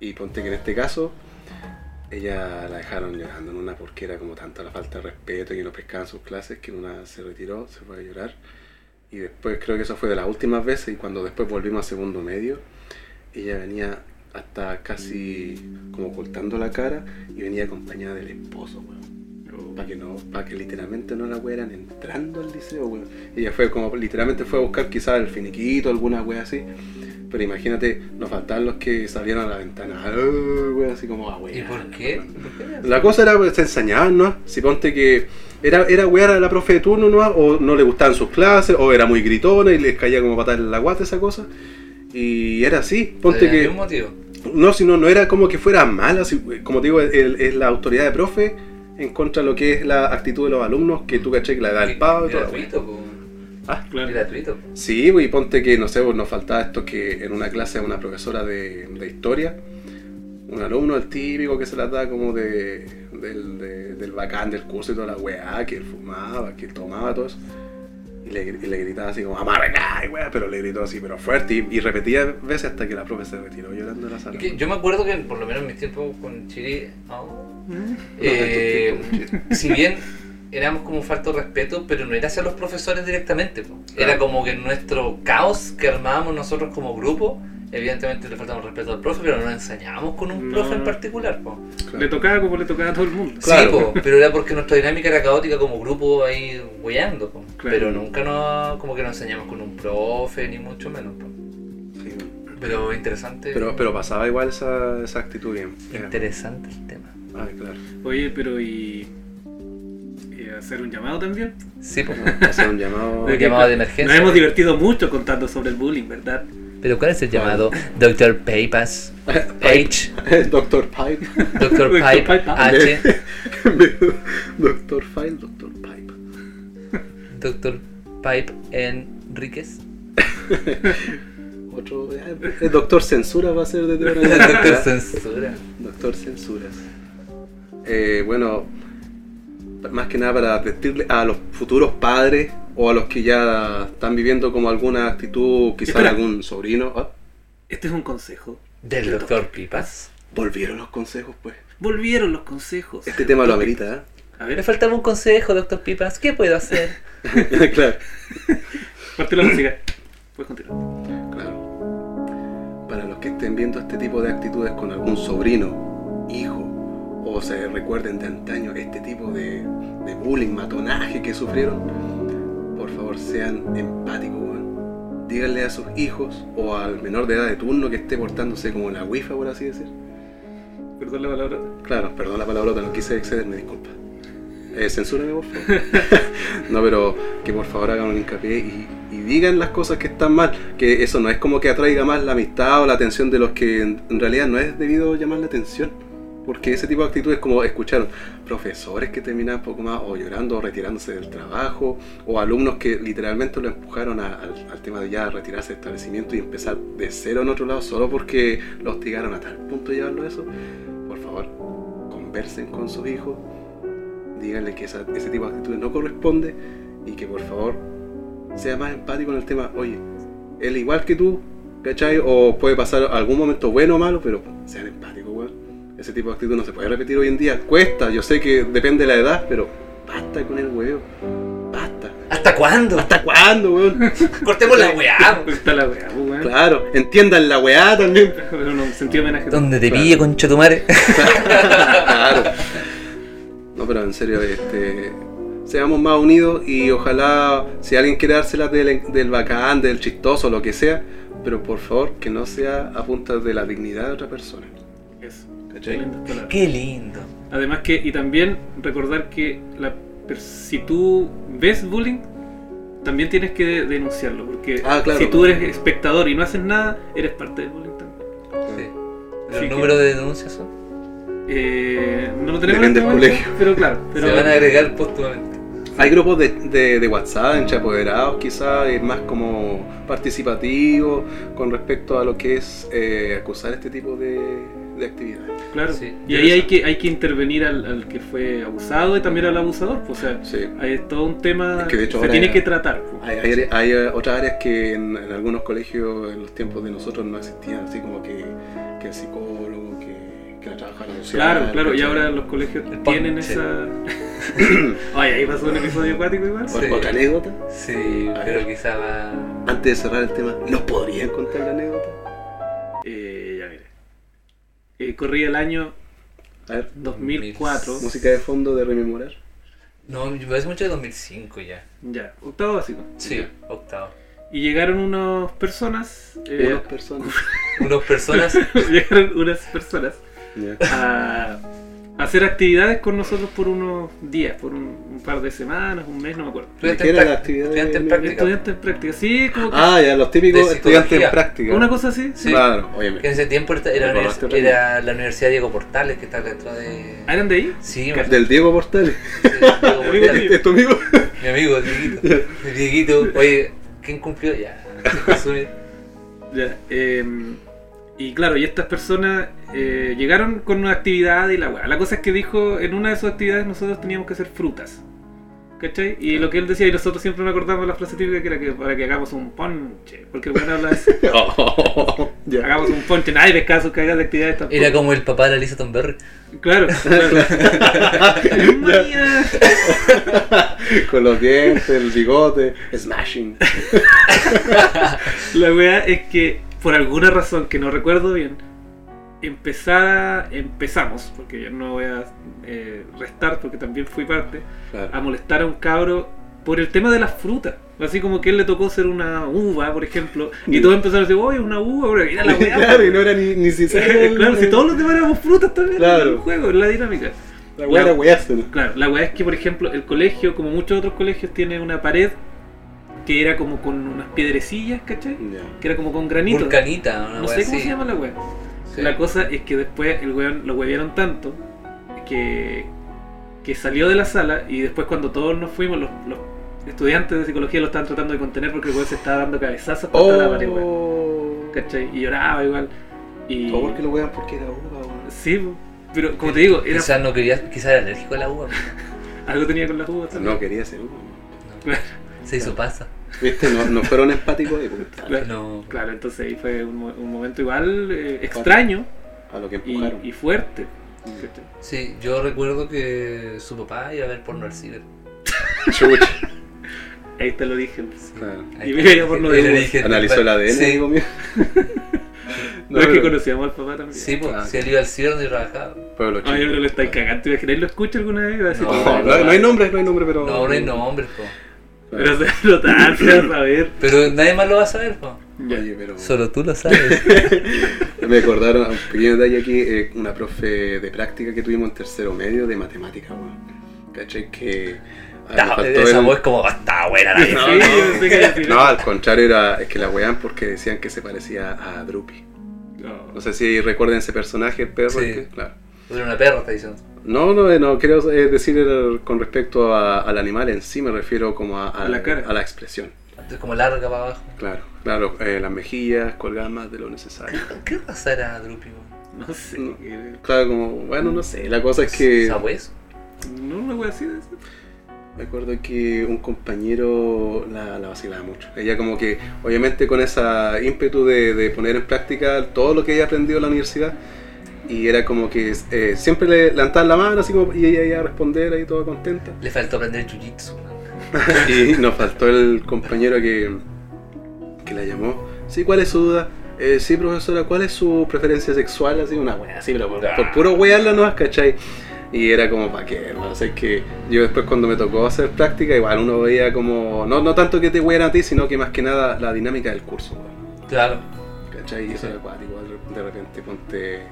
Y ponte que en este caso, ella la dejaron llorando en una porque era como tanta la falta de respeto y que no pescaban sus clases que en una se retiró, se fue a llorar. Y después creo que eso fue de las últimas veces y cuando después volvimos a segundo medio, ella venía
Oh.
hasta casi como ocultando la cara y venía acompañada del esposo, weón. Para que no, para que literalmente no la wearan entrando al liceo, weón. Ella fue como, literalmente fue a buscar quizás el finiquito, alguna wea así. Pero imagínate, nos faltaban los que salieron a la ventana, "Oh", weón, así como, ah, weón.
¿Y por qué?
La cosa era, pues, se ensañaban, ¿no? Si ponte que era, era wear a la profe de turno, ¿no? O no le gustaban sus clases, o era muy gritona y les caía como patada en la guata esa cosa. Y era así, ponte
¿Tenía
que...
algún motivo?
No, sino no era como que fuera mala, si- como te digo, el- es la autoridad de profe en contra de lo que es la actitud de los alumnos, que tú caché que la da el pavo y todo.
Gratuito, po. ah,
Claro.
Gratuito.
Sí, güey, ponte que, no sé, pues, nos faltaba esto que en una clase a una profesora de, de historia, un alumno, el típico que se la da como de, del, de- del bacán del curso y toda la weá, que él fumaba, que él tomaba, todo eso. Y le, y le gritaba así como, amarga, weá, pero le gritó así, pero fuerte, y, y repetía veces hasta que la profe se retiró llorando de la sala.
Es que yo me acuerdo que, por lo menos en mis tiempos con Chile, oh, eh,
en tus tiempos,
si bien éramos como falto de respeto, pero no era hacia los profesores directamente. po. Era
Claro.
como que nuestro caos que armábamos nosotros como grupo, evidentemente le faltamos respeto al profe, pero no enseñábamos con un
No.
profe en particular. po.
Claro.
Le tocaba como le tocaba a todo el mundo.
Claro.
Sí, po, pero era porque nuestra dinámica era caótica como grupo ahí hueando. po.
Claro.
Pero nunca nos, como que nos enseñamos con un profe, ni mucho menos. po.
Sí,
Pero interesante.
Pero, pero pasaba igual esa, esa actitud bien.
Interesante el tema.
Ah, claro.
Oye, pero y. y hacer un llamado también.
Sí, po.
Hacer un llamado.
Un llamado de emergencia.
Nos hemos divertido mucho contando sobre el bullying, ¿verdad?
Pero ¿cuál es el llamado? Doctor Papas. H.
Doctor Pipe.
Doctor Pipe.
Pipa.
H.
Doctor File, Doctor Pipe.
Doctor Pipe Enríquez.
Otro. ah, El Doctor Censura va a ser de
Doctor
ahora.
Censura.
Doctor Censuras. Eh, bueno, más que nada para advertirle a los futuros padres o a los que ya están viviendo como alguna actitud, quizás
Espera.
algún sobrino. Ah,
Este es un consejo.
Del Doctor Pipas.
volvieron los consejos, pues.
Volvieron los consejos.
Este tema lo amerita, ¿eh?
A
Le
ver,
faltaba un consejo, Doctor Pipas. ¿Qué puedo hacer?
claro.
parte la música. Puedes continuar.
Claro. Para los que estén viendo este tipo de actitudes con algún sobrino, hijo, o se recuerden de antaño este tipo de, de bullying, matonaje que sufrieron, por favor sean empáticos, weón. Díganle a sus hijos o al menor de edad de turno que esté portándose como la wifa, por así decir.
Perdón la palabra.
Claro, perdón la palabrota, no quise excederme, disculpa. Eh, censúrame, por favor. no, pero que por favor hagan un hincapié y, y digan las cosas que están mal. Que eso no es como que atraiga más la amistad o la atención de los que en, en realidad no es debido llamar la atención. Porque ese tipo de actitudes, como escucharon, profesores que terminan un poco más o llorando o retirándose del trabajo, o alumnos que literalmente lo empujaron a- al, al tema de ya retirarse del establecimiento y empezar de cero en otro lado solo porque lo hostigaron a tal punto de llevarlo a eso. Por favor, conversen con sus hijos, díganle que esa- ese tipo de actitudes no corresponde y que por favor sea más empático en el tema. Oye, él igual que tú, ¿cachai? O puede pasar algún momento bueno o malo, pero sean empáticos, weón. Ese tipo de actitud no se puede repetir hoy en día. Cuesta, yo sé que depende de la edad, pero basta con el huevo. Basta.
¿Hasta cuándo?
¿Hasta cuándo, weón?
Cortemos la weá.
Está la weá, pues, weón.
claro, entiendan la weá también.
Pero no, sentí homenaje.
Donde te pille, concha tu madre.
claro. No, pero en serio, este, seamos más unidos y ojalá si alguien quiere dárselas del, del bacán, del chistoso, lo que sea, pero por favor que no sea a punta de la dignidad de otra persona.
Eso.
¿Cachai?
Lindas palabras.
Qué lindo.
Además que, y también recordar que la, per- si tú ves bullying, también tienes que de- denunciarlo, porque
Ah, claro.
si tú eres espectador y no haces nada, eres parte del bullying también.
Sí.
Así que-
¿Los números de denuncias son?
Eh, no lo tenemos
Depende
en este
del
momento,
colegio.
Pero claro, pero
Se van a agregar póstumamente.
Hay grupos de, de- de WhatsApp, enchapoderados quizás, es más como participativo con respecto a lo que es eh, acusar este tipo de, de actividades.
claro.
Sí.
Y ahí hay que, hay que intervenir al, al que fue abusado y también al abusador. pues, o sea,
Sí.
hay todo un tema
Es que de hecho
se
ahora-
tiene que tratar. pues.
Hay, hay- hay, eh, otras áreas que en, en algunos colegios en los tiempos de nosotros no existían, así como que, que el psicólogo, que, que la trabajadora social.
Claro, claro, y
¿cachai?
ahora los colegios
El
tienen
ponche.
esa... Ay, ahí pasó un episodio acuático igual.
O-
Sí.
Otra anécdota,
Sí,
A
pero
ver.
quizá va.
antes de cerrar el tema, ¿nos podrían contar la anécdota?
Eh, ya mire. Eh, corría el año
A ver,
2004.
música de fondo de rememorar.
No, me parece mucho de 2005 ya.
Ya, octavo básico.
Sí, octavo.
Y llegaron unas personas. eh,
Unas personas.
Unos personas.
llegaron unas personas
Ya.
a hacer actividades con nosotros por unos días, por un, un par de semanas, un mes, no me acuerdo.
estudiantes
era
en
la
práctica,
actividad de-
estudiantes en práctica.
Estudiantes en práctica, sí, como que.
Ah, ya, los típicos
De
estudiantes
psicología.
en práctica.
Una cosa así.
Sí.
Claro, oye,
Que en ese tiempo era, era la
Me
univers-
acordaste,
era la Universidad Diego Portales, que está dentro de.
¿Ah, ¿Eran de ahí?
Sí, me-
del Diego Portales.
sí, Diego
Amigo
Portales.
¿Es tu amigo?
Mi amigo, Dieguito. Dieguito, oye, ¿quién cumplió? Ya. Jesús.
Ya, eh, y claro, y estas personas eh, llegaron con una actividad y la weá. La cosa es que dijo, en una de sus actividades nosotros teníamos que hacer frutas. ¿Cachai? Y lo que él decía, y nosotros siempre nos acordamos la frase típica que era que para que hagamos un ponche. Porque el weón habla de eso.
Ya.
hagamos un ponche, nadie pesca sus cagas de actividades tampoco.
Era como el papá de la Lisa Tomberry.
Claro, claro. Manía.
Con los dientes, el bigote, smashing.
La weá es que, por alguna razón que no recuerdo bien, empezada, empezamos, porque yo no voy a eh, restar porque también fui parte, a
Claro.
molestar a un cabro por el tema de las frutas. Así como que él le tocó ser una uva, por ejemplo, y todos empezaron a decir, oye, una uva, bro, mira la weá.
Claro, y no era ni, ni siquiera. el-
claro, si todos los demás éramos frutas también,
Claro.
era el juego, era la dinámica.
La weá era weársela.
Claro, la weá es que, por ejemplo, el colegio, como muchos otros colegios, tiene una pared que era como con unas piedrecillas, ¿cachai?
Ya.
Que era como con granito.
Vulcanita, una
No
wea
sé cómo
así.
se llama la weá.
Sí.
La cosa es que después el weón lo huevearon tanto que, que salió de la sala y después cuando todos nos fuimos, los, los estudiantes de psicología lo estaban tratando de contener porque el weón se estaba dando cabezazos contra la pared, weón.
Oh.
¿Cachai? Y lloraba igual. Y...
¿Por qué lo wean? Porque era uva, weón.
Sí, po. pero como te digo, era...
Quizás no quería, quizás era alérgico a la uva.
algo tenía con las uvas también.
No quería ser uva. weón.
Se hizo pasa.
¿Viste? No, no fueron empáticos ahí, puta.
Claro.
No.
Claro, entonces ahí fue un, mo- un momento igual eh, extraño
A lo que
y,
empujaron.
y fuerte.
Mm.
¿cachai?
Sí, yo recuerdo que su papá iba a ver porno al ciber.
Chucha.
Ahí te lo dije.
Claro.
Ahí
Y
está.
veía porno de
Era
uva.
origen-
Analizó el ADN,
Sí,
amigo mío.
No, es que conocíamos al papá también.
sí pues,
Ah,
si él iba al ciber donde trabajaba.
pero los
Ay, yo
chicos.
creo que lo estáis cagando. ¿Te imaginas? ¿Lo escucha alguna vez? Va a decir,
No.
No, no, no hay nombre, no hay nombre, pero.
No, no hay nombres, po.
Pero se lo tan, se va a saber.
Pero nadie más lo va a saber, po.
Oye, pero.
Solo tú lo sabes.
Me acordaron un pequeño detalle aquí, eh, una profe de práctica que tuvimos en tercero medio de matemática, weón. ¿Cachai? Que. ah,
Ta-
me faltó
esa
el-
voz como, está buena la
sí,
vieja".
yo pensé que iba a decir.
No, al contrario, era, es que la wean porque decían que se parecía a Drupi.
No.
No sé si recuerden ese personaje, el perro.
Sí.
el que- claro.
Era una perra, está diciendo.
No, no, eh, no, quiero eh, decir el- con respecto a- al animal en sí, me refiero como a,
A la cara.
a la expresión.
Entonces, Como larga para abajo.
Claro, claro, eh, las mejillas colgadas más de lo necesario.
¿Qué raza era Drupi, po?
No sé.
No.
eh,
Claro, como, bueno, no sé, la cosa es que...
¿Sabueso?
No, una wea así de eso.
Me acuerdo que un compañero la, la vacilaba mucho. Ella como que, obviamente con esa ímpetu de, de poner en práctica todo lo que ella aprendido en la universidad, y era como que eh, siempre le levantaban la mano así como, y ella iba a responder ahí toda contenta.
Le faltó aprender jiu-jitsu, man.
Y nos faltó el compañero que, que la llamó. Sí, ¿cuál es su duda? Eh, sí, profesora, ¿cuál es su preferencia sexual? Así, una wea, así, pero por, por puro wearla no ¿cachai? Y era como pa' qué, hermano. O sea, es que yo después cuando me tocó hacer práctica, igual uno veía como, no, no tanto que te wearan a ti, sino que más que nada la dinámica del curso, weón,
Claro.
¿cachai? Y eso
Sí.
era acuático. de- De repente ponte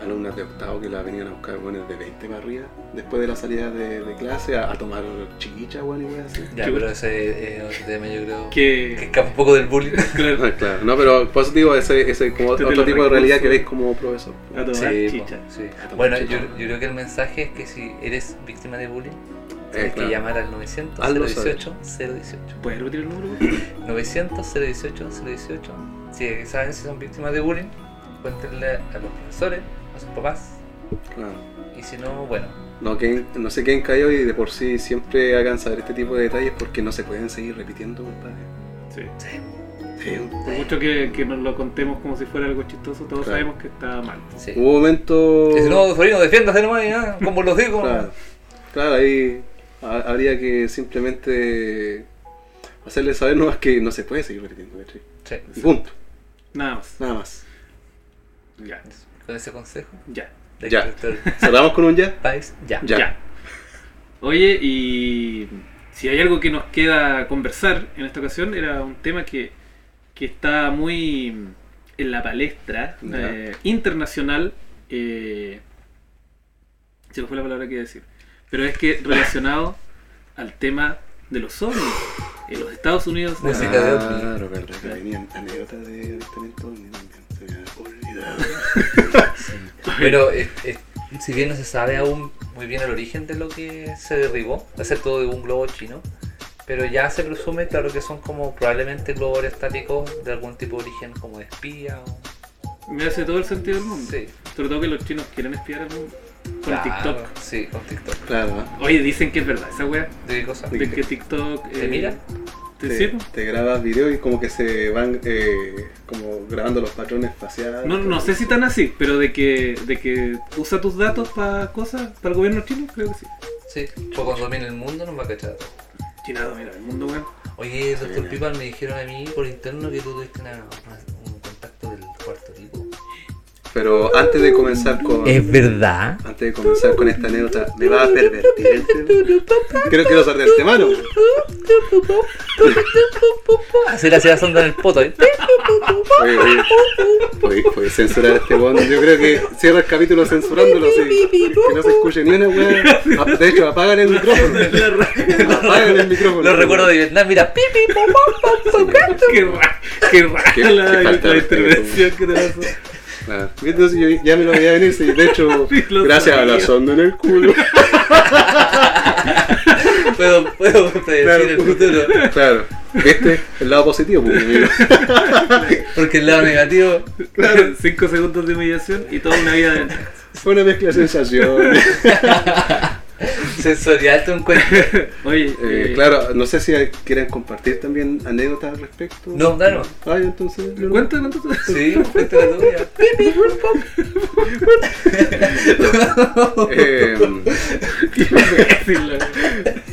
alumnas de octavo que la venían a buscar, bueno, de 20 para arriba, después de la salida de, de clase, a, a tomar chicha, weón, y weas así.
Ya, pero ese es otro tema, yo creo. Que
Que.
escapa un poco del bullying.
Claro.
Ah, claro, no, pero por eso digo, ese, ese como
Este
otro
te lo
tipo de realidad
recurso.
que veis como profesor.
A tomar
Sí, po,
chicha.
sí.
A tomar
Bueno,
chicha.
yo, yo creo que el mensaje es que si eres víctima de bullying,
Eh,
tienes
claro.
que llamar al 900
Hazlo
018 018.
¿Puedes repetir el número? por favor?
900 018 018. Si saben si son víctimas de bullying, cuéntenle a los profesores, a sus papás.
Claro.
Y si no, bueno,
No, queden- no se queden callados y de por sí siempre hagan saber este tipo de detalles porque no se pueden seguir repitiendo, compadre.
Sí.
Sí.
Por mucho que, que nos lo contemos como si fuera algo chistoso, todos
Claro.
sabemos que está mal.
sí.
Hubo un momento.
Y si no, Florino, defiéndase nomás, ya, como los digo.
Uh. Claro, claro, ahí ha- habría que simplemente hacerle saber nomás que no se puede seguir repitiendo, ¿cachai?
Sí.
Y punto,
Nada más.
nada más.
Ya.
Con ese consejo.
Ya.
de
Ya.
Dexter
¿Cerramos con un ya?
Spice, ya.
Ya.
Ya. Oye, y si hay algo que nos queda conversar en esta ocasión, era un tema que, que está muy en la palestra
Ya.
eh, internacional. eh, se me fue la palabra que iba a decir. Pero es que relacionado al tema de los ovnis. En los Estados Unidos
Música de ovni.
Ah, Claro, claro. Que venían anécdotas de avistamiento ovni también, se me había olvidado.
Pero eh, eh, si bien no se sabe aún muy bien el origen de lo que se derribó, excepto de un globo chino, pero ya se presume, claro, que son como probablemente globos estáticos de algún tipo de origen como de espía o...
me hace todo el sentido del mundo.
Sí,
Sobre todo que los chinos quieren espiar al mundo con
claro,
TikTok.
Sí, con TikTok.
Claro, ¿eh?
Oye, dicen que es verdad esa wea.
¿De qué cosa?
De que TikTok. eh,
¿Te mira?
¿Te
te,
sirve?
te grabas video y como que se van eh, como grabando los patrones faciales.
No, no sé si tan así, pero de que, de que usa tus datos para cosas, para el gobierno chino, creo que sí.
Sí, pues cuando domine el mundo nos va a cachar.
China domina el mundo, weón.
Oye, doctor
viene.
Pipa, me dijeron a mí por interno que tú tuviste una- una- un contacto del cuarto tipo.
Pero antes de comenzar con.
verdad?
Antes de comenzar con esta anécdota, me va a pervertir el tema. Creo que lo saqué de mano.
Así la hacía sonda en el poto, ¿eh?
Oye, oye, oye, oye, censurar este bono. Yo creo que cierra el capítulo censurándolo, sí. Que no se escuche ni una weá. Ap- De hecho, apagan el micrófono. Apagan el micrófono.
Los recuerdos de Vietnam, mira, pipi, pom, pom, pom, pom,
Qué rara, qué rara
Qué-
la,
qué falta de
la
respeto.
intervención que te pasó.
Claro. Entonces yo ya me lo veía venir, sí. De hecho,
Sí, lo
gracias a la
sabía.
sonda en el culo.
Puedo, puedo predecir
Claro.
el futuro.
Claro. ¿Viste? El lado positivo, pues, amigo.
Porque el lado negativo.
Cinco segundos de humillación y toda una vida adentro.
Fue una mezcla de sensaciones.
Sensorial te encuentro.
Oye,
Eh,
eh,
claro, no sé si quieren compartir también anécdotas al respecto.
No, claro.
Ay, entonces. yo no-
¿Cuánto, cuánto?
Sí, cuenta la tuya. Pipi, pom, pom.
Eh,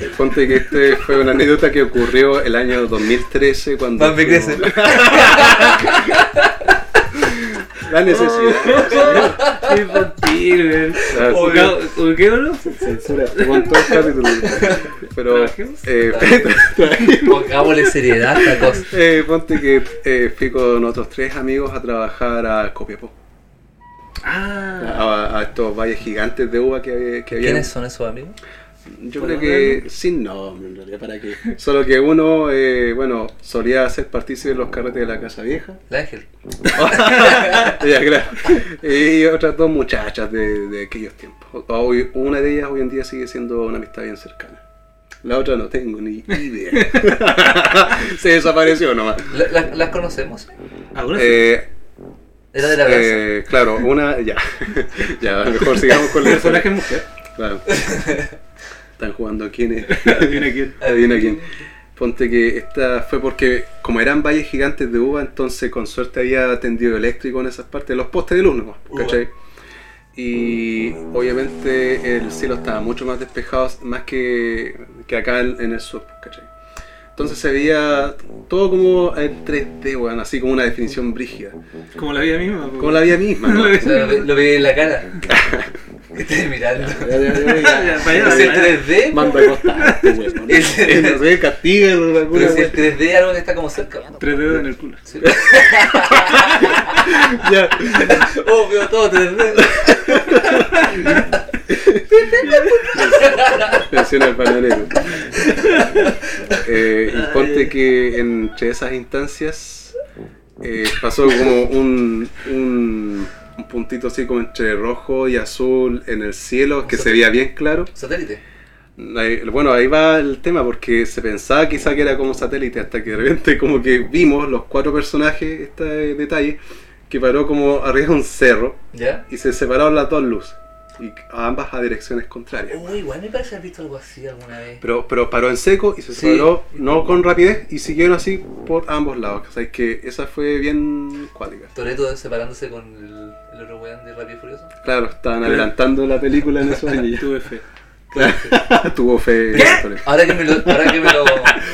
ponte que este fue una anécdota que ocurrió el año 2013 cuando.
Más me crece.
La necesidad.
Qué infantil, weón.
Claro,
Obvio.
¿O- o qué, bro?
Eh, Censura, te contó el capítulo. Pero.
¿Trajimos?
eh,
Pongámosle seriedad a esta cosa.
eh, ponte que eh, fui con otros tres amigos a trabajar a Copiapó.
Ah,
A, a estos valles gigantes de uva que, había- que había.
¿Quiénes son esos amigos?
Yo
¿Puedo
creo que sin nombre en realidad, ¿para qué? Solo que uno, eh, bueno, solía ser partícipe de los carretes de la Casa Vieja.
El ángel.
Ya, claro. Y otras dos muchachas de, de aquellos tiempos. Hoy- una de ellas hoy en día sigue siendo una amistad bien cercana. La otra no tengo ni idea. Se desapareció nomás.
La- la- ¿Las conocemos?
ahora sí.
Eh,
Era de la casa.
eh, claro, una, ya. ya, mejor sigamos con el
personaje mujer.
Claro. Están jugando quién es.
Adivina quién.
Adivina quién. Ponte que esta fue porque, como eran valles gigantes de uva, entonces con suerte había tendido eléctrico en esas partes, los postes de luz nomás,
Uva.
¿cachai? Y obviamente el cielo estaba mucho más despejado, más que, que acá en, en el sur, ¿cachai? Entonces se veía todo como en 3D, weón, así como una definición brígida.
Como la vida misma. po.
Como la vía misma, ¿no?
O sea, lo, lo vi en la cara. ¿Qué estás mirando?
Ya, ya, ya, ya.
Ya, para allá,
Pero si el 3D,
Manda a costar, weón. No sé, castiga, alguna
pero si
weá.
el 3D es algo que está como cerca.
Tres dedos en el culo.
Sí.
Ya.
Oh, veo todo 3D.
Menciona al panadero. Eh, y ponte que entre esas instancias eh, pasó como un, un, un puntito así como entre rojo y azul en el cielo que se veía bien claro.
Satélite.
Ahí- Bueno, ahí va el tema porque se pensaba quizá que era como satélite hasta que de repente como que vimos los cuatro personajes, este detalle, que paró como arriba de un cerro
¿Ya?
y se separaron las dos luces y a ambas a direcciones contrarias.
Uy, igual me parece haber visto algo así alguna vez.
Pero, pero paró en seco y se
Sí.
separó no con rapidez y siguieron así por ambos lados. O sea, es que esa fue bien cuática.
Toreto separándose con el, el otro weón de Rápido y Furioso.
Claro, estaban adelantando la película en esos años.
Tuve fe.
Claro, Tuvo fe.
Ahora que me lo, ahora que me lo,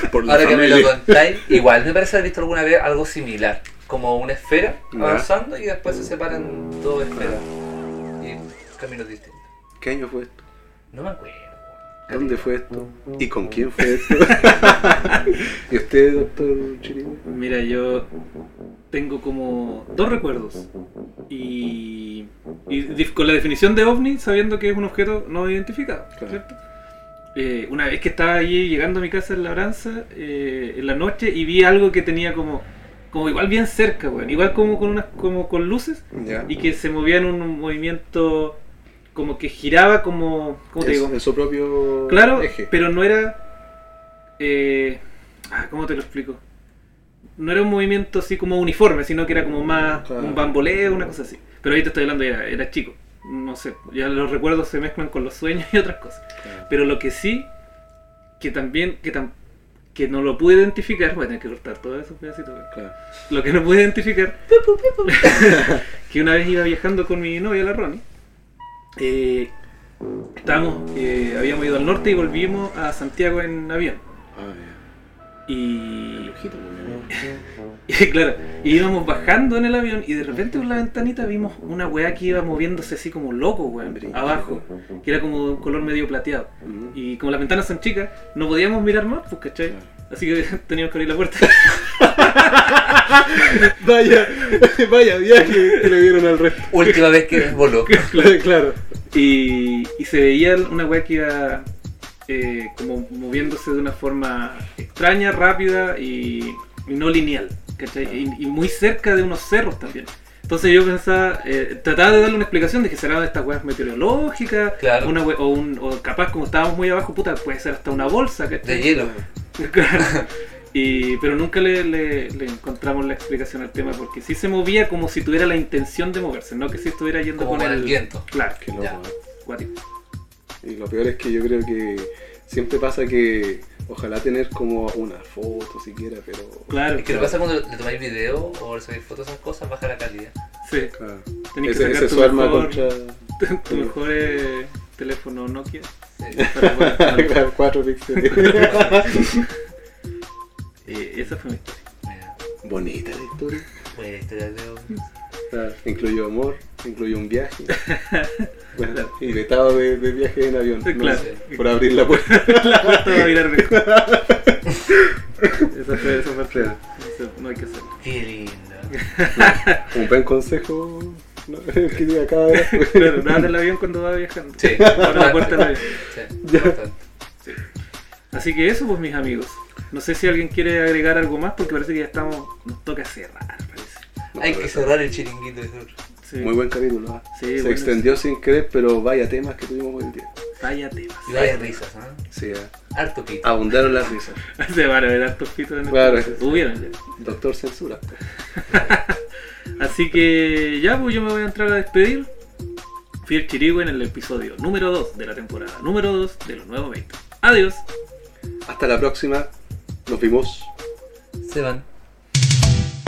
Por la
ahora que me lo
familia.
contáis, igual me parece haber visto alguna vez algo similar. Como una esfera
Ya.
avanzando y después se separan dos esferas. Y caminos distintos.
¿Qué año fue esto?
No me acuerdo.
¿Dónde fue esto? ¿Y con quién fue esto? ¿Y usted, doctor Chirino?
Mira, yo tengo como dos recuerdos. Y, y dif- con la definición de ovni, sabiendo que es un objeto no identificado.
Claro.
¿cierto? Eh, una vez que estaba allí llegando a mi casa en Labranza, eh, en la noche, y vi algo que tenía como, como igual bien cerca, weón, igual como con, unas, como con luces,
Ya.
y que se movía en un movimiento como que giraba como, ¿cómo te
En-
digo?
En su propio
Claro,
eje.
pero no era. eh, ah, ¿Cómo te lo explico? No era un movimiento así como uniforme, sino que era como más
Claro.
un bamboleo, una cosa así. Pero ahorita estoy hablando, era, era chico. No sé, ya los recuerdos se mezclan con los sueños y otras cosas.
Claro.
Pero lo que sí, que también, que, tam- que no lo pude identificar, voy a tener que cortar todos esos pedacitos. güey.
Claro.
Lo que no pude identificar, que una vez iba viajando con mi novia, la Ronnie, eh, estábamos, eh, habíamos ido al norte y volvimos a Santiago en avión.
Ah, ya.
Y,
Ojito, muy bien.
y claro, y íbamos bajando en el avión y de repente por la ventanita vimos una weá que iba moviéndose así como loco, weón, abajo, que era como de un color medio plateado.
Mm.
Y como las ventanas son chicas, no podíamos mirar más, pues, ¿cachai?
Claro.
Así que teníamos que abrir la puerta.
Vaya, vaya viaje que le dieron al resto.
Última vez que voló.
claro.
Y, y se veía una weá que iba eh, como moviéndose de una forma extraña, rápida y, y no lineal, ¿cachai? Y, y muy cerca de unos cerros también. Entonces yo pensaba, eh, trataba de darle una explicación de que será de estas weas meteorológicas,
Claro.
una wea- o, un- o capaz como estábamos muy abajo, puta, puede ser hasta una bolsa, ¿cachai?
De hielo.
Claro. Y, pero nunca le, le- le encontramos la explicación al tema porque sí se movía como si tuviera la intención de moverse, no que si estuviera yendo
Como
con
con el viento.
Claro,
Qué loco,
Ya.
¿eh?
cuático.
Y lo peor es que yo creo que siempre pasa que ojalá tener como una foto siquiera, pero...
Claro,
Es que lo que pasa cuando le tomáis video o le subís fotos a esas cosas, baja la calidad.
sí,
Claro.
tenés que
Ese,
sacar
ese es
tu
su arma
mejor,
contra...
tu mejor eh, teléfono Nokia
Sí.
para poder tomarlo.
Claro, cuatro píxeles.
Eh, esa fue mi historia.
Mira,
Bonita la historia.
buena historia de hoy.
Claro. Incluyó amor, incluyó un viaje. Bueno, y vetado de, de viaje en avión. no
Claro.
sé, por abrir la puerta.
La puerta va a virar de- Esa fue esa parte.
Claro.
Eso no hay que hacerlo.
Qué lindo.
Un buen consejo ¿no? el que te acaba de dar.
Claro, no abra el avión cuando va viajando.
Sí.
Abra la puerta del avión.
Sí,
Ya.
importante.
Así que eso pues mis amigos. No sé si alguien quiere agregar algo más porque parece que ya estamos. Nos toca cerrar, parece.
No,
Hay
pero-
que cerrar el chiringuito. de
Sí.
Muy buen capítulo. ¿ah?
Sí,
Se
bueno,
extendió sin querer, pero vaya temas que tuvimos hoy en día.
Vaya temas.
Y varias risas, ¿no?
Sí,
¿eh?
ah,
Harto pito.
abundaron las risas.
Se van a ver hartos pitos en el
Claro.
Hubieron ya.
Doctor Censura.
Así que ya, pues yo me voy a entrar a despedir. Fui el Chirigüe en el episodio número 2 de la temporada número 2 de los nuevos 20. Adiós.
Hasta la próxima. Nos vimos.
Se van.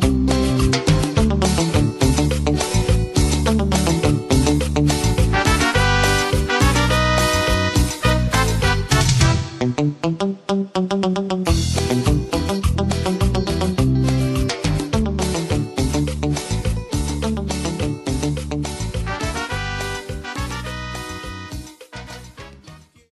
Thank